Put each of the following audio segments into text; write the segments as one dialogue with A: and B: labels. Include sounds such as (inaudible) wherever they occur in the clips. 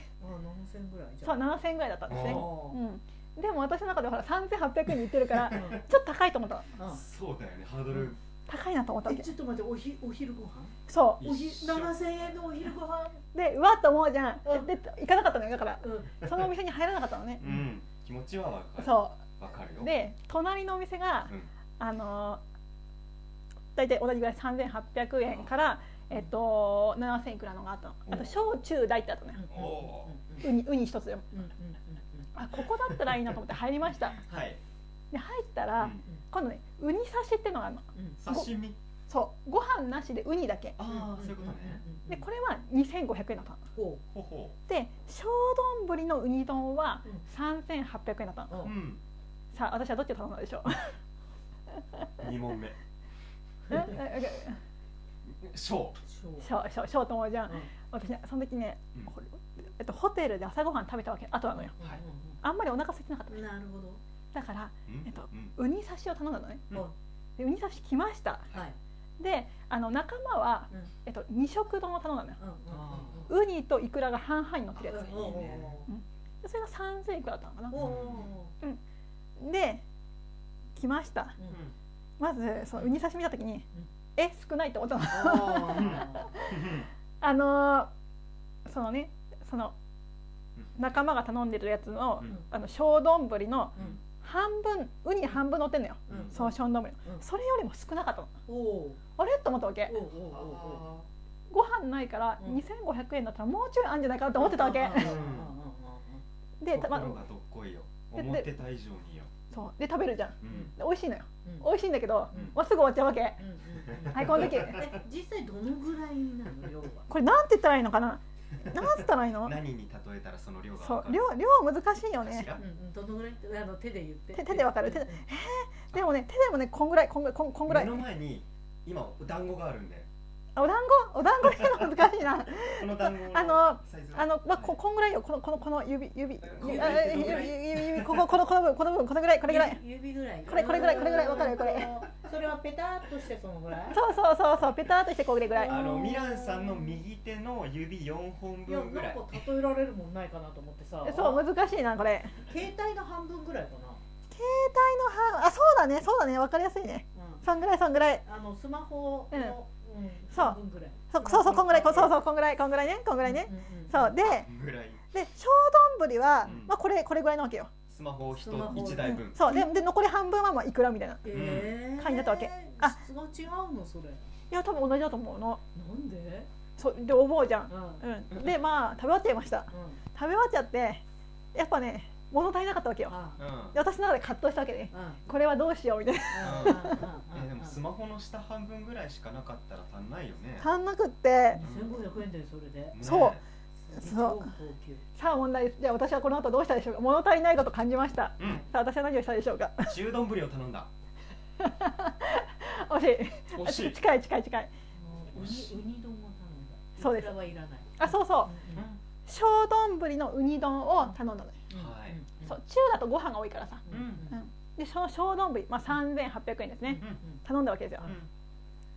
A: 千ぐらいじゃん。
B: そう7000円ぐらいだったんですね
C: お
B: うんでも私の中ではほら3800円にいってるから
A: うん
B: ちょっと高いと思ったの
A: うん
C: そうだよねハードル
B: 高いなと思ったわ
A: え
B: け
A: ちょっと待っておひお昼ご飯
B: そ
A: おひ
C: 一緒
A: 七千円のお昼ご飯
B: うでうわっと思うじゃん
A: うん
B: でで行かなかったのよだから
A: うん
B: そのお店に入らなかったのね
C: うん気持ちはわかる
B: そう
C: わかるよ
B: で隣のお店が、
C: うん
B: あのー大体同じぐらい3800円から、えっと、7000いくらのがあったのあ
C: お
B: と小中大ってあったのよ
C: お
B: ウニウニ一つでも
A: うんうんうん
B: あここだったらいいなと思
C: (laughs)
B: って入りました
C: はい
B: で入った
C: う
B: ら、
C: ん
B: 今度ねウニ刺しってのがあるの
A: うんうん
C: 刺身
B: そうご飯なしでウニだけ
C: ああそういうことね
B: でこれは2500円だったの
A: こ
C: ほほ
B: で小丼のウニ丼は3800円だったの
A: う
C: うんん
B: さあ私はどっちを頼んだでしょう
C: (laughs) 二問目
B: え (laughs)
C: 小
A: そう
B: しょうしょうしょうと思うじゃん
A: うん
B: 私ねその時ね
C: うん
B: ほえっと、ホテルで朝ごはん食べたわけあとなのよ
C: はい
B: あんまりお腹空いてなかっ
A: うんなるほど
B: ただから
C: うん
B: えっと
C: うん
B: ウニ刺しを頼んだのね
C: うん
B: でウニ刺し来ました
A: はい
B: であの仲間は、
A: うん
B: えっと、2食丼を頼んだのよ
A: うんうんうん
B: ウニとイクラが半々に乗ってるや
A: う
C: い
A: ん
B: つ
C: いね
A: お
B: でそれが3000いくらだったのか
A: お
B: な
A: おお
B: で来ました
A: う
C: うんん
B: まずそのウニ刺し見た時に、え少ないと思ったの
A: あ
B: あのーそのねその仲間が頼んでるやつの,、
C: うん
B: あの小丼の
A: ーうん
B: 半分ウニ半分乗ってんのよ
C: うん
B: そう小丼
A: うん
B: それよりも少なかったの
A: おお
B: あれと思ったわけ
A: おおお
C: あ
A: お
C: ー
B: ご飯ないから
A: うん
B: 2500円だったらもうちょいあんじゃないかなと思ってたわけでた、ま
C: 心がどっこいよ
B: で
C: 思ってた以上によ
B: そうで食べるじゃん
C: うん
B: で美味しいのよ
A: お
B: 美味しいんだけど、
A: うん
B: もうすぐ終わっちゃうわけはいこの時
A: え実際どのぐらいなの量は
B: これなんて言ったらいいのかななんて言ったらいいの
C: 何に例えたらその量が
B: そ
C: わか
B: う
C: る
B: 量量難しいよね
C: かしら
A: うんうんどのぐらいってあの手で言って
B: 手手でわかる手ででもね手でもねこんぐらいこんぐらいこんこんぐらい
C: 目の前に今お団子があるんで
B: お団子お団子っていうの難しいな
C: この単語
B: あの
C: サイズは
B: あの、まあ、ここんぐらいよこのこのこの指指
C: こんぐ
B: あ
C: らい
B: 指指指こここのこの部分この部分このぐらいこれぐらい
A: 指指ぐらい
B: これこれぐらいこれぐらいわかるこれ
A: それはペタッとしてそのぐらい
B: そうそうそうそうペターっとしてこれぐらい
C: あのミランさんの右手の指4本
A: いや
C: 分ぐら
A: なん
C: い
A: か例えられるもんないかなと思ってさ
B: そう難しいなこれ
A: 携帯の半分ぐらいか
B: 携帯の半あそうだねそうだねわかりやすいね
A: な、うん
B: そんぐらいそんぐらい
A: あのスマホの、
B: うん
A: うん
B: そう
A: 半分ぐらい
B: そそうそうこんぐらいこそうそううこんぐらいこんぐらいねこんぐらいね、
A: んんん
B: そうで
C: ぐらい
B: で小丼は、
C: うん
B: まあ、これこれぐらいなわけよ、
C: スマホ
A: スマホ
C: 1台分
B: そうでで残り半分はまあいくらみたいない
A: えー、
B: 感じだったわけあ
A: 質が違うのそれ
B: や多分同じだと思うの
A: なんで
B: そうで思うじゃん
A: う、ん、うん
B: うん、でまあ食べ終わっちゃいました食べ終わっちゃってやっぱね物足りなかったわけよ
A: あ
C: うん
B: で私の中で葛藤したわけで
A: うんうん
B: これはどうしようみたい
C: (laughs)
B: な
A: うんうん
C: えでもスマホの下半分ぐらいしかなかったら足んないよね
B: 足んなくって
A: 2500円だよそれで
C: ね
B: そう
A: 超
B: そう
A: 高級
B: さあ問題ですじゃあ私はこの後どうしたでしょうか物足りないこと感じました
C: うん
B: さあ私は何をしたでしょうか
C: 中丼ぶりを頼んだ
B: 惜し
C: 惜し
B: い
C: い
B: 近い近い近い
A: もうウニウニ丼を頼んだ
B: そうです
A: いくらはいらない
B: あそうそう
C: うん
B: 小丼のウニ丼を頼んだのよ
A: うんうん
C: はい
A: うん
B: そう中だとご飯が多いからさ
A: うんうん
B: でその小丼、まあ、3800円ですね頼んだわけですよ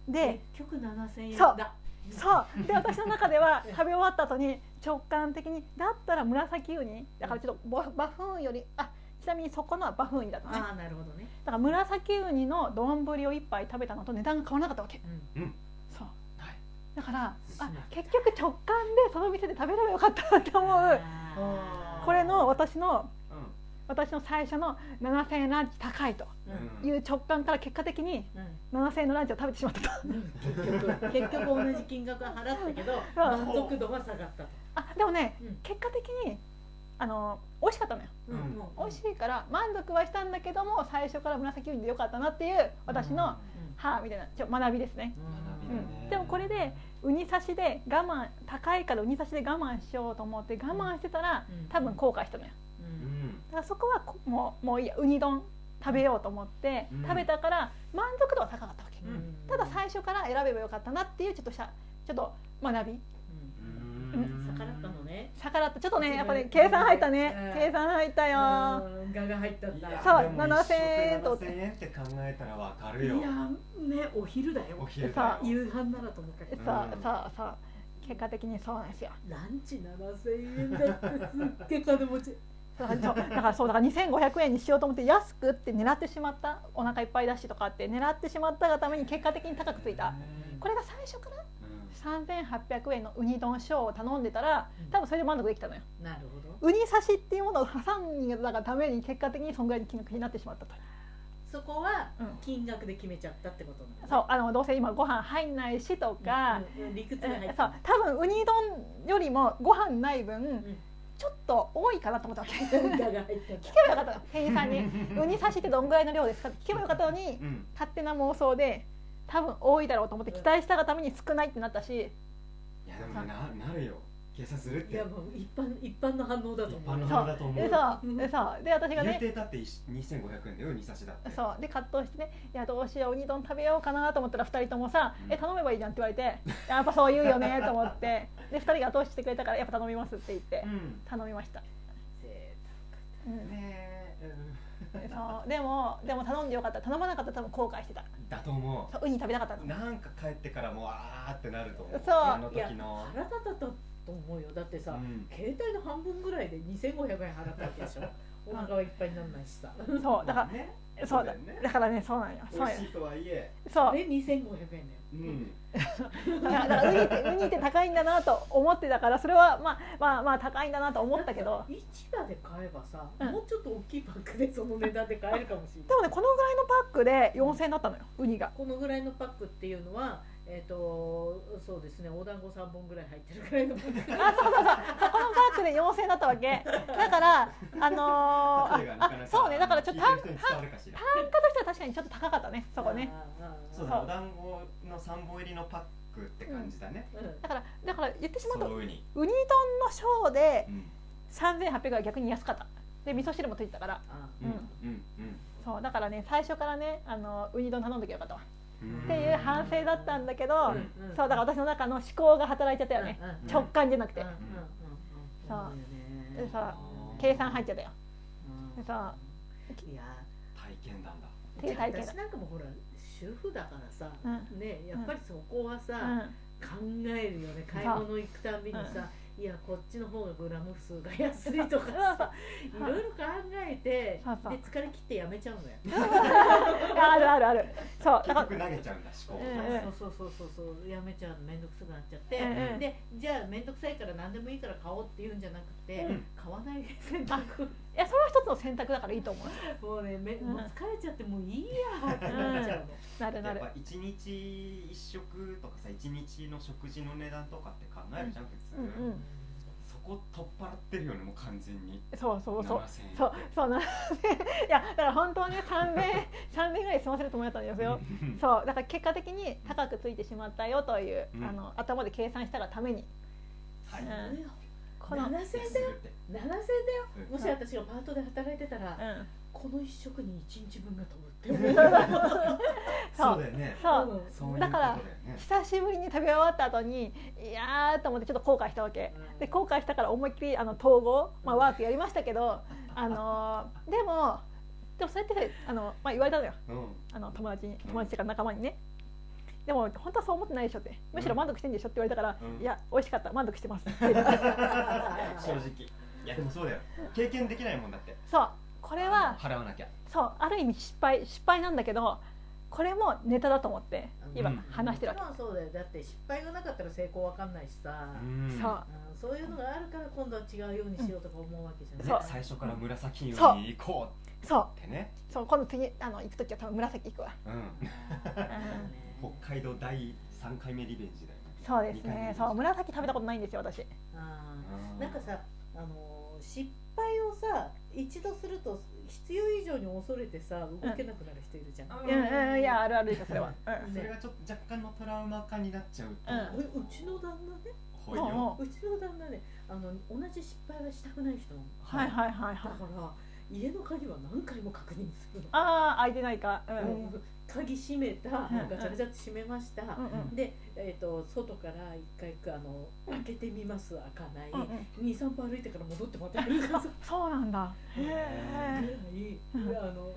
C: うん
B: で
A: 結局7000円
B: そう
A: だ
B: そうで私の中では食べ終わった後に直感的にだったら紫ウニだからちょっとババフンよりあちなみにそこのはバフンウニだったねだか
A: ああなるほどね
B: ら紫ウニの丼を一杯食べたのと値段が変わらなかったわけ
A: うん
B: そう
C: はい
B: だから
C: そう
B: あ結局直感でその店で食べればよかったなって思う
A: あー
B: これの私の
C: うん
B: 私の最初の7000円ランチ高いと
A: うん
B: いう直感から結果的に7000円のランチを食べてしまったと
A: うん結局結局同じ金額は払ったけど
B: そう
A: 満足度は下がったと
B: あでもね
A: うん
B: 結果的にあの美味しかったのよ
C: うん
B: 美味しいから満足はしたんだけども最初から紫ウニでよかったなっていう私のはあみたいなちょ学びですね、
C: 学び
B: う
C: だ
B: ん、
C: ね
B: でもこれでウニ刺しで我慢高いからウニ刺しで我慢しようと思って我慢してたら
A: うん
B: 多分後悔したのよ
A: う
C: うんん
B: だからそこはこもうもういいやウニ丼食べようと思って
C: うん
B: 食べたから満足度は高かったわけ
A: うんうん
B: ただ最初から選べばよかったなっていうちょっとしたちょっと学び
C: うん
A: うん逆らったのね
B: 逆らったちょっとねやっぱり計算入ったね
A: うん
B: 計算入ったよ
A: うんがが入ったん
C: い
A: だ
C: や
B: そう
C: でも
B: 7000円と
C: 一食7000円って考えたらわかる
A: い
C: よ
A: やねお昼だ
C: お
A: よ
C: 昼
B: さ
C: だよ
A: 夕飯ならともかく
B: さ
C: う
B: あ
C: ん
B: さあさあ結果的にそうなんですよ
A: ランチ7000円だってすっげえ金持ち
B: だからそうだからそうだから2500円にしようと思って安くって狙ってしまったお腹いっぱいだしとかって狙ってしまったがために結果的に高くついたこれが最初から
C: うん
B: 3800円のウニ丼ショーを頼んでたら多分それで満足できたのよ
A: なるほど
B: ウニ刺しっていうものを挟んだがために結果的にそんぐらいの金額になってしまったと
A: そこは
B: うん
A: 金額で決めちゃったってことなの
B: そうあのどうせ今ご飯入んないしとか、
A: うんうん理屈
B: う
A: が
B: ん
A: 入って
B: そう多分ウニ丼よりもご飯ない分、
A: ん
B: ちょっと多いかなと思ったわけ聞
A: るがが入ったんだ
B: けばよ
C: (laughs)
B: かったの店員さんに「ウニ刺しってどんぐらいの量ですか?」って聞けばよかったのに
C: うん
B: 勝手な妄想で多分多いだろうと思って期待したがために少ないってなったし
C: いやでもねななるよ計算するっ
A: い
C: て
A: やもう一般一般の反応だと
C: 一般
A: 思
C: の
A: う
C: 方だと思
B: で
C: う
B: さ
A: うん
B: でさで私が
C: 言っ
B: ね
C: てたって2500円だよ二差しだって
B: そうで葛藤してね「いやどうしようウニ丼食べようかな」と思ったら2人ともさ
C: う
B: 「
C: ん
B: え頼めばいいじゃん」って言われ
C: (laughs)
B: て「やっぱそう言うよね」と思ってで2人が後押ししてくれたから「やっぱ頼みます」って言って
C: うん
B: 頼みました、
A: 贅
B: うん、
C: ねえう
B: そうでもでも頼んでよかった頼まなかったら多分後悔してた
C: んだと思
B: そうウニ食べなかったの
C: うなんか帰ってからもうあーってなると思う
B: そう
C: あの
A: 沢いや
C: 時の
A: 腹立ったと思うよだって
C: う
A: さ
C: ん
A: 携帯の半分ぐらいで2500円払ったわけでしょお腹はいっぱいにならないしさ
B: そうだか
C: ね
B: らそう
C: だ
B: だ
C: よね
B: だからねそうなんよそ
C: 美
B: うなん
C: 味
B: よ
C: しいとはいえ
B: そう
A: で2500円だよ
C: うん
B: だからだからウニってウニって高いんだなと思ってたからそれはまあまあまあ高いんだなと思ったけど
A: 市場で買えばさ、
B: うん
A: もうちょっと大きいパックでその値段で買えるかもしれ
B: で
A: ない
B: もねこのぐらいのパックで4000円だったのよウニが
A: このぐらいのパックっていうのはえっ、とそうですねお団子3本ぐらい入ってるぐらいのパック
B: あそうそうそうそこのパックで4000円だったわけだからあの
C: 例え
B: ー、
C: が
B: あ
C: なかなか
B: あそうねだからちょっと
C: 聞
B: 単
C: い
B: 価
C: て
B: と
C: る人に伝わるかしら
B: しては確かにちょっと高かったねそこね
A: あーあー
C: そうだお団子の3本入りのパックって感じだね
A: うん
B: だからだから言ってしま
C: そうの
B: と
C: 上に
B: ウニ丼のショーで
C: うん
B: 3800円が逆に安かったで味噌汁もついてたから
A: あ
C: うんうんうん
B: そうだからね最初からねあのウニ丼頼んどきゃよかったわっていう反省だったんだけ
C: う
B: ど、
C: ん
B: そうだから私の中の思考が働いちゃったよね、
A: うん
B: 直感じゃなくて、
A: そ
B: そう
A: う
B: でさ
C: うん
B: 計算入っちゃったよ
A: うん
B: でさ
A: いや
C: 体験談だ
B: っていう体験
A: 私なんかもほら主婦だからさ、
B: う
A: ねやっぱりそこはさ、考えるよね買い物行くたんびにさ、いやこっちの方がグラム数が安いとかさい
B: (laughs) そう
A: ろいろ考えて
B: そうそう
A: で疲れ切ってやめちゃうのよ。
B: うん、あるあるあるそう
C: 結
B: だから
C: 局投げちゃうんだ思考
B: うんうん
A: そうそうそうそうそうやめちゃうの面倒くさくなっちゃって、
B: うんうん
A: でじゃあ面倒くさいから何でもいいから買おうって言うんじゃなくて、
C: うん
A: 買わない選択
B: いやそれは一つの選択だからいいと思う
A: (laughs) もうねめ、
B: うん
A: もう疲れちゃってもういいやってなっちゃうの、
B: なるな
C: やっ
B: る
C: ぱ一日一食とかさ一日の食事の値段とかって考えるじゃん普通、
B: うんうん
C: そこ取っ払ってるよねもう完全に
B: そうそうそう
C: 7000円
B: そうそうないやだから本当はね3年3年ぐらい (laughs) で済ませると思ったんですよそうだから結果的に高くついてしまったよという、
C: うん
B: あの頭で計算したがために
C: はい、
B: うん
C: 安
B: この、うん、
A: 7000
C: いっ
A: だよ
C: て (laughs)
A: 7000だよもし私がパートで働いてたら、この一食に1日分が飛ぶって思う
C: そうだよね
B: そう、
A: うん
C: そういうこと
B: だ
C: だ
B: か
C: よ
B: ら
C: ね
B: 久しぶりに食べ終わった後にいやーと思ってちょっと後悔したわけで後悔したから思いっきりあの統合、まあ、ワークやりましたけど、あのーでもでもそれってあの、まあ、言われたのよ (laughs)
C: うん
B: あの友達に友達というか仲間にねでも本当はそう思ってないでしょってむしろ満足してんでしょって言われたから、
C: うん
B: いや美味しかった満足してますって言った
C: 正直いやでもそうだよ経験できないもんだって
B: そうこれは
C: 払わなきゃ
B: そうある意味失敗失敗なんだけどこれもネタだと思って今
C: うん
B: 話してるわ
A: もちろんそうだよだって失敗がなかったら成功わかんないしさ、
B: け、
C: ん
B: そう
A: うんそういうのがあるから今度は違うようにしようとか思うわけじゃない、
C: ね
B: そう
C: 最初から紫
B: そ
C: 色
B: う
C: に行こ
B: そう
C: うってね
B: そう今度次あの行く時は多分紫行
C: (laughs)
B: くわ、
C: うん北海道第三回目リベンジだよね
B: そうです
C: 二回目リベン
B: ね
C: ジ
B: そう紫食べたことないんですよ私
A: あ
C: う
A: ー
C: ん
A: なんかさ、あのー失敗をさ一度すると必要以上に恐れてさ動けなくなる人いるじゃん、
C: う
B: うんうんいやあるあるですよそれは、
C: それがちょっと若干のトラウマ化になっちゃうと
B: うん
A: ううちの旦那ね
B: う
C: ほ
B: ん、
C: い
B: もう
C: よ
B: もう
A: うちの旦那ねあの同じ失敗はしたくない人なの
B: はいはいはいはい
A: だから家の鍵は何回も確認するの、
B: ああ開いてないかうん、うん
A: うん鍵閉めた
B: うん
A: ガチャガチャって閉めました、
B: うん
A: で、えー、と外から一回あの開けてみます開かない、
B: うんうん、
A: 二三23歩歩いてから戻ってまたやるからさ
B: そうなんだへ
A: ぐら
B: え
A: い
B: うん
A: あの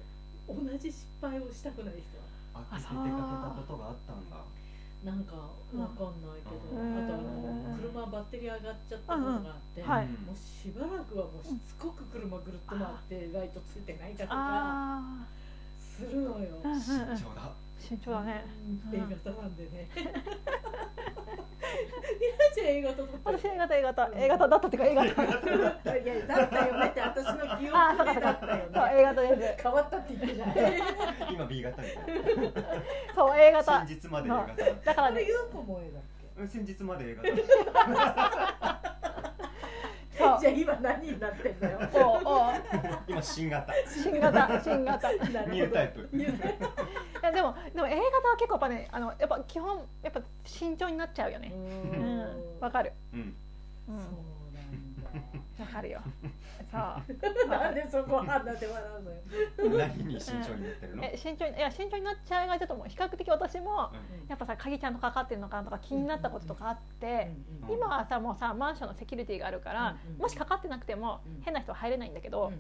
A: 同じ失敗をしたくない人は
C: あ開
B: あ
C: けて
B: そう
C: かけたことがあったんだ
A: なんかわかんないけど、
B: うん
A: あとあの車バッテリー上がっちゃったことがあって、
B: うんはい
C: うん
A: もうしばらくはもうしつこく車ぐるっと回ってライトついてないだとか
B: あ
A: するのよ。
B: あ、うんうん
C: 慎
B: うん、
C: 重だ
B: 慎重だね
A: うん
B: うん
A: A 型なんで
B: (laughs)
A: ね。みなちゃん A 型だったよ
B: 私 A 型 A 型 A 型だったっていうか A 型そ
A: い
B: う
A: やだったよねって私の記
B: あーそ
A: 憶
B: うか
A: でだったよね。
B: A 型です
A: 変わったって言ってない。
C: 今 B 型みたい
B: そう A
C: な
B: 型
C: 先日まで A 型だっ
B: だか
A: あ
B: ら
A: れ
B: ね
A: ゆうこも A だっけ？
C: たうん先日まで A 型だっ
B: そう
A: じゃあ今何になってんだよ。
B: おうおう
C: た
B: (laughs)
C: 今新型
B: 新型新型い
A: なるほど
C: ニュータイプ
A: ニュータイプ
B: やでもでも A 型は結構やっぱねあのやっぱ基本やっぱ慎重になっちゃうよねう
C: うん
B: わ
A: わ
B: かる
C: うん
B: う
A: そうんな
B: わか (laughs) るよそう
A: うんだ。なんでそこあんなで笑うのよ。
C: 何に慎重になってるの
B: え慎重にいや慎重になっちゃいがちょっともう比較的私もやっぱさ鍵ちゃんとかかってるのかなとか気になったこととかあって
C: うん
B: 今はさもうさマンションのセキュリティがあるから
A: うんうん
B: もしかかってなくても
A: うん
B: 変な人は入れないんだけど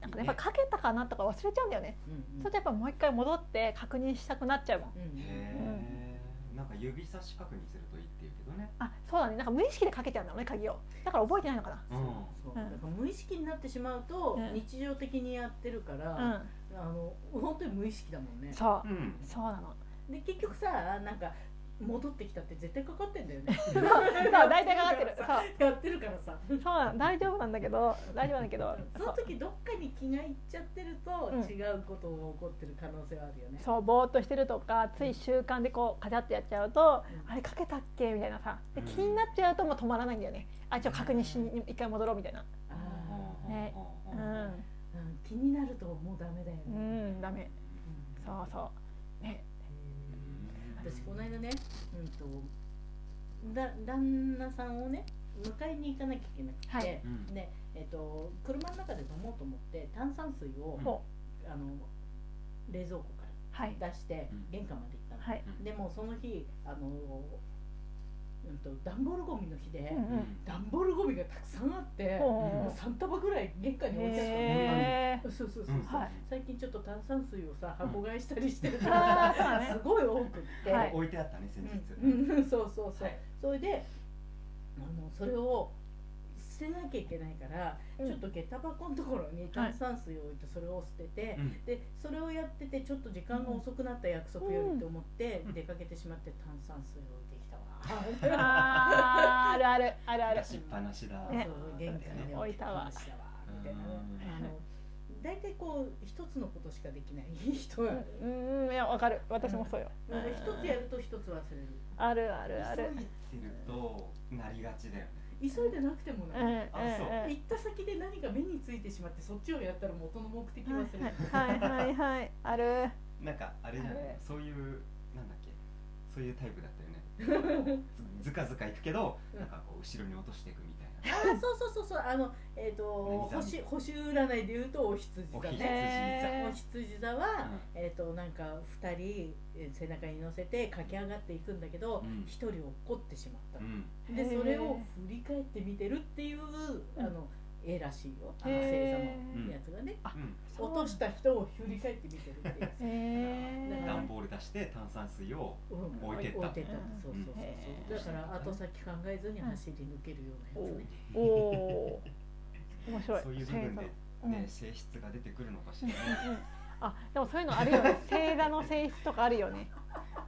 B: なんかねやっぱかけたかなとか忘れちゃうんだよねそれとやっぱもう一回戻って確認したくなっちゃうもん
C: へえなんか指差し確認するといいっていうけどね
B: あそうだねなんか無意識でかけちゃうんだろうね鍵をだから覚えてないのかな
A: そうだから無意識になってしまうと
B: うん
A: 日常的にやってるから、あ
B: う
A: の本当に無意識だもんね
B: んそう
C: うん
B: そうなの
A: で結局さなんか戻ってきたって絶対かかってんだよね (laughs)
B: そう大体かかってるそう
A: やってるからさ
B: そうなの大丈夫なんだけど大丈夫なんだけど
A: そ
B: そ
A: の
B: う
A: 時どっかに気がいっちゃってると、
B: うん
A: 違うことが起こってる可能性はあるよね
B: そうぼーっとしてるとかつい習慣でこうカチャってやっちゃうと、
A: うん
B: あれかけたっけみたいなさで
C: うん
B: 気になっちゃうともう止まらないんだよねあちょっと確認しに一回戻ろうみたいな
A: あ
B: ね
C: う
B: うん
C: うんうん
B: ん
A: ーうん気になるともうダメだよね、
B: うんダメ
A: うん
B: そうそうね
A: 私この間ね、うん、とだ旦那さんをね迎えに行かなきゃいけなくて、
B: はい
C: うん
A: でえっと車の中で飲もうと思って炭酸水を、
C: うん
B: ほ
A: あの冷蔵庫か
B: うはい
A: ら出して
C: うん
A: 玄関まで行っったの、
B: はい
A: でもその日あの、うん、と段ボールゴミの日で
B: うんうん
A: 段ボールゴミがたくさんあって、
B: ほう
A: も
B: ほ
A: う3束ぐらい玄関に置いてあったの
B: へえ
A: そうそうそうそう、
B: はい
A: 最近ちょっと炭酸水をさ箱買いしたりしてるから、
B: あーそうだね
A: (laughs) すごい多くって、
B: はい
C: 置いてあったね先日、
A: うんうん、 (laughs) そうそうそう、
C: はい
A: それであのそれを捨てなきゃいけないから、
B: うん
A: ちょっと下駄箱のところに炭酸水を置いてそれを捨てて、
C: うん
A: でそれをやっててちょっと時間が遅くなった約束よりと思って
C: うん
A: 出かけてしまって炭酸水を置いてきたわ、
B: (laughs) あーあるあるあるある
C: 出しっぱなしだ、
B: ね
A: そう玄関に
B: 置
A: 置
B: い
A: いてき
B: たわ
A: ましたわみたいなね
C: うん
A: あの大体こう一つのことしかできない人は、
B: うんうんいやわかる私もそうよ
A: なんか一つやると一つ忘れる
B: あるあるある
C: 急いでるとなりがちだよね
A: 急いでなくても
B: う
A: なんい、
B: うんうん
C: あそう
B: はい
A: 行った先で何か目についてしまってそっちをやったら元の目的忘れる、
B: はいはいはいある
C: なんかあれじゃな
B: あ
C: い
B: れ
C: そういうなんだっけそういうタイプだったよねずずかずか行くけどなんかこう後ろに落としていくみたいな
A: あそうそうそうそうあのえっ、と
C: 何座
A: 星星占いで言うとお羊座
C: おひつじ
A: ね
B: え
A: お羊座
C: 座
A: は、えっ、となんか2人えー背中に乗せて駆け上がっていくんだけど
C: うん
A: 一、人怒ってしまった
C: う、ん
A: でそれを
B: へ
A: 振り返って見てるっていうあの絵らしいよあの星座
B: え
A: のやつがね
C: うん
B: そう
A: 落とした人を振り返って見てるっていう
B: へえ
A: だから
C: 段ボール出して炭酸水を
A: うん
C: 置いてった
A: 置いてった
B: うん
A: そうそうそうそう
C: うん
A: だから後先考えずに走り抜けるようなやつね
B: おおー面白い
C: そういう部分で、ね
B: 星座うん
C: 性質が出てくるのかしらね
B: あでもそういうのあるよね星座の性質とかあるよね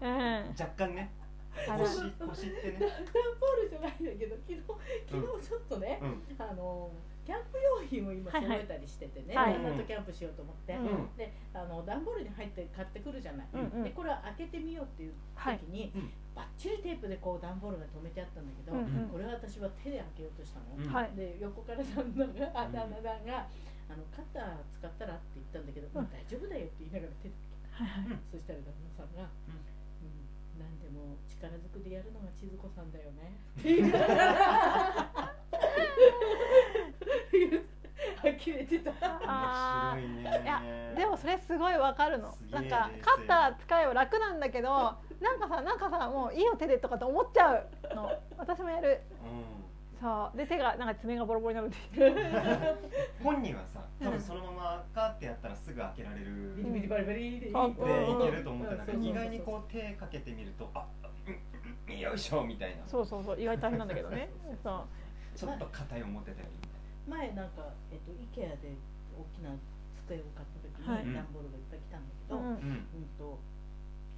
B: うんあ
C: 若干ね
B: る
C: 星星ってね、
A: 段ボールじゃないんだけど昨日昨日ちょっとね、
C: うん
A: あのキャンプ用品を今
B: はい
A: 揃え
B: はい
A: たりしててね、
B: はい
A: みんなとキャンプしようと思って、
B: う
C: うん
A: であの段ボールに入って買ってくるじゃない、
B: うんうん
A: でこれを開けてみようっていう
B: はい
A: 時に、
C: うん
A: バッチリテープでこう段ボールが留めてあったんだけど、
B: うんうん
A: これは私は手で開けようとしたの、
C: うん
B: はい
A: で横から旦那があ
C: うん
A: 旦那さんが「あの肩使ったら?」って言ったんだけど「
B: うん
A: 大丈夫だよ」って言いながら手で
B: はいはい
A: そしたら旦那さんが「
C: うん
A: うん何でも力ずくでやるのが千鶴子さんだよね」って言いながら (laughs) 呆れてた。
B: あー
C: 面白いね
B: いやでもそれすごいわかるの
C: す。げ
B: な
C: え
B: んか
C: 冷静
B: カッター使えば楽なんだけど、なんかさなんかさもういいよ手でとかって思っちゃうの。私もやる。
C: う
B: そうで手がなんか爪がボロボロになるっていう。
C: ん、本人はさ多分そのままカーってやったらすぐ開けられる
A: ビリビリバリバリでいい
B: あ
C: で
B: うん
C: いけると思ったんだけど
B: うん
C: 意外にこう手かけてみるとあうんうんよいしょみたいな
B: そうそうそう意外と大変なんだけどね。そう
C: ちょっと硬い思ってたより
A: 前なんかえっと IKEA で大きな机を買った時に、
B: はい
A: 段ボールがいっぱい来たんだけ。ど、
B: う
A: うん
C: う
B: ん
C: ん
A: と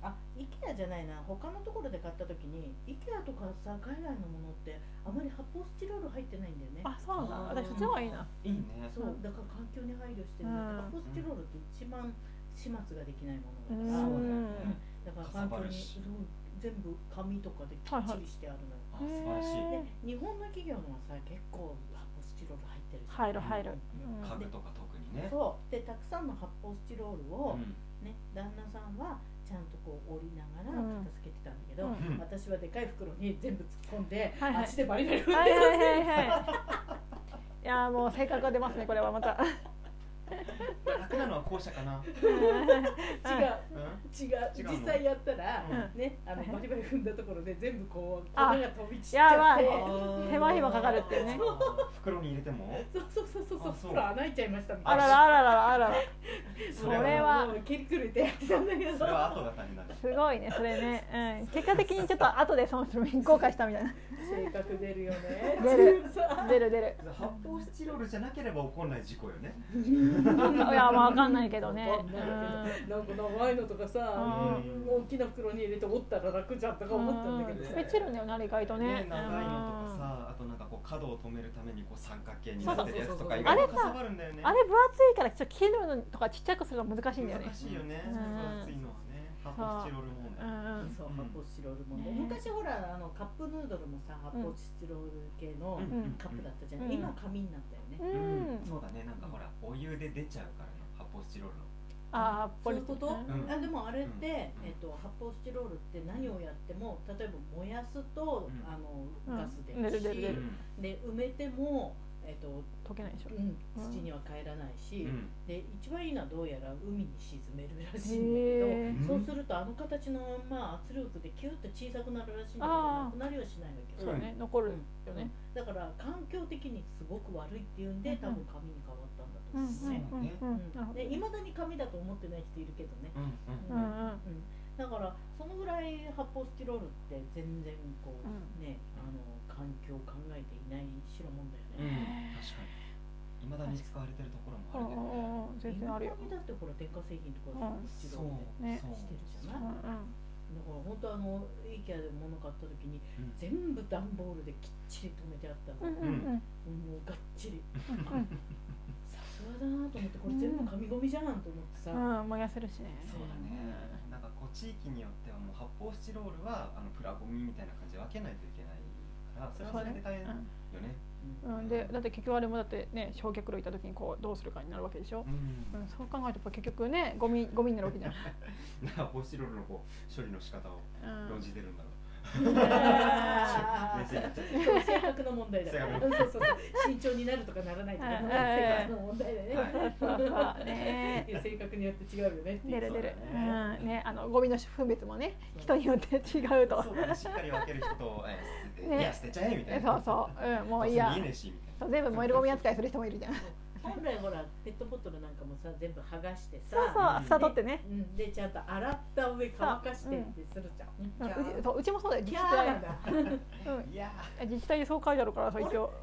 A: あ IKEA じゃないな他のところで買った時に IKEA とかさ海外のものってあまり発泡スチロール入ってないんだよね
B: あそうなんだ。私そっちの方がいいな。
C: いいね
A: そうだから環境に配慮してるんだって発
B: う
A: 泡スチロールって一番始末ができないも
B: う
A: のだ
C: そうだ
A: か
C: よねかさば
A: らだから環境
B: ん
C: る
A: に
C: し
A: そう全部紙とかできっちりしてあるのよ、
C: あ素晴らしい
B: へ
A: で日本の企業のはさ結構発泡スチロール入ってるじゃん
B: 入る入る。うん
C: 家具とか特にね
A: そうでたくさんの発泡スチロールを
C: う、ん
A: ね、旦那さんはちゃんとこう折りながら
B: うん
A: 片付けてたんだけど、
B: うん
C: うん
A: 私はでかい袋に全部突っ込んで、
B: はいはい
A: あっちでバリバリ踏んで、
B: はいはいはい (laughs) はい。いやーもう性格が出ますねこれはまた。
C: 楽なのは後者かなうん
A: 違う
C: 違
A: 違
C: う
A: う
C: の
A: 実際やったら、
C: うん
A: ね、あの
B: はい
A: バリバリ踏んだところで全部こう粉
B: あ
A: が飛び散っちゃっ
B: や
A: て
B: ばい手間暇かかるっていうね
C: 袋に入れても
A: そうそうそうそうそう
C: あそう
A: 袋穴開いちゃいましたみた
B: あ
A: いな
B: ららあららあらら。
C: それは
A: もう切り狂ってやったんだけど
C: それは後が大変だね
B: すごいねそれね。うん結果的にちょっと後で損する後悔したみたいな。
A: 性格出るよね
B: 出る (laughs) 出る出る。
C: 発泡スチロールじゃなければ起こんない事故よね
B: いや、わかんないけどね
A: わ。かんないけどなんか長いのとかさ、
B: うん
C: うん
A: 大きな袋に入れて折ったら楽じゃんとか思ったんだけど
B: ス
A: さ、
B: ペチルんだよな、意外とね。
C: ね長いのとかさあとなんかこう角を止めるためめにこう三角形になってるやつとか
A: そうそうそうそう
C: 意外とかさばるんだよね
B: あれ分厚いから、ちょっと切るのとか、ちっちゃくするのが難しいんだよね
C: 難。しいよね
B: うん
C: そう分厚いのはね発泡スチロール問
B: う
C: 題
B: んうん。
A: そう
C: うん
A: 発泡スチロールもね、
B: ね
A: 昔ほらあのカップヌードルもさ発泡スチロール系の
C: うんうん
A: カップだったじゃん、
B: うん
A: 今紙になったよね、
B: う
C: うん
B: ん。
C: そうだねなんかほらお湯で出ちゃうからな発泡スチロールの
B: ああ、
A: そういうこと、
C: ん
A: あでもあれって、
C: うん
A: えっと発泡スチロールって何をやっても例えば燃やすと、
C: うん
A: あのガスで
B: うん出る出る出
C: う
B: る
C: ん
A: で埋めてもえっと
B: 溶けないでしょ
A: うん、土には帰らないし、
C: うん
A: で一番いいのはどうやら海に沈めるらしいんだけど、
B: へ
C: ー
A: そうするとあの形のまんま圧力でキュッと小さくなるらしいんだけど
B: あ
A: な
B: ー
A: くなりはしないんだけ
B: ー
A: ど、
B: そうだね残るよね
A: だから環境的にすごく悪いっていうん
B: うん
A: で
B: うん
A: 多分紙に変わったんだと
B: うん
A: 思
B: う
A: うですね。
B: んうんうんなるほど
A: でいまだに紙だと思ってない人いるけどね、
C: うん
B: うんうん
A: うんだからそのぐらい発泡スチロールって全然こう、
B: う
A: ねあの環境を考えていない代もんだ
C: うんう
A: よ
C: ん
A: ね、
C: 確かにいまだに使われてるところ
B: うん
C: もあるけど
B: うんうん全然あるよ
A: 今までだってほら電化製品とか
B: うん
A: スチ
C: そ
A: ロールで
C: う、
B: ね
C: そう
A: してるじゃ
B: う
A: ない、
B: んう
A: だ
B: ん
A: から本当あの IKEA で物買った時に
C: うん
A: 全部段ボールできっちり留めてあった
B: う
A: の、
B: んうんうん
A: もうがっちり
B: うん
A: さすがだなと思ってこれ全部紙ゴミじゃんと思ってさ、
B: うん燃やせるしね
C: そうだねなんかこう地域によってはもう発泡スチロールはあのプラゴミみたいな感じで分けないといけないからそれはそれで大変よね
A: うん
B: うんでだって結局あれもだってね焼却炉行った時にこうどうするかになるわけでしょ
C: う、ん
B: うん、そう考えるとやっぱ結局ねゴミゴミになるわけじゃん、
C: なんか発泡スチロールのこう処理の仕方を
B: う
C: 論
B: ん、
C: じてるんだろ
A: あ
C: う冷静になっちゃっ
A: ー性格の問題だ
C: 性
A: から
C: 格
A: そうそうそう慎重になるとかならないとか
B: うん
A: 性格の問題だ
C: て
A: ね、
C: はい
B: そうそうね
A: いや性格によって違うよねっていう
B: 出る出る、
C: そう
B: う
C: だね
B: んねあのゴミの分別もね人によって違うと
C: そうだねしっかり分ける人と、えー捨て
B: ね
C: いや捨てちゃえみたいな
B: そうそう、うん、もうい
C: ど
B: いや
C: せ見えねえしみたいな
B: そう全部燃えるゴミ扱いする人もいるじゃんそ
A: 本
B: う
A: 来ほらペットボトルなんかもさ全部剥がしてさ
B: そう蓋取ってね
A: うん、でちゃんと洗った上乾かしてってするじゃん、
B: うん
A: キャー
B: うちそううちもそうだよ
A: キ
B: 自
A: ャ
B: 治
A: ーなん
B: 体、
A: だ
B: う
C: い
B: ん、
C: や
B: 自治体でそう書いてあるからそう一応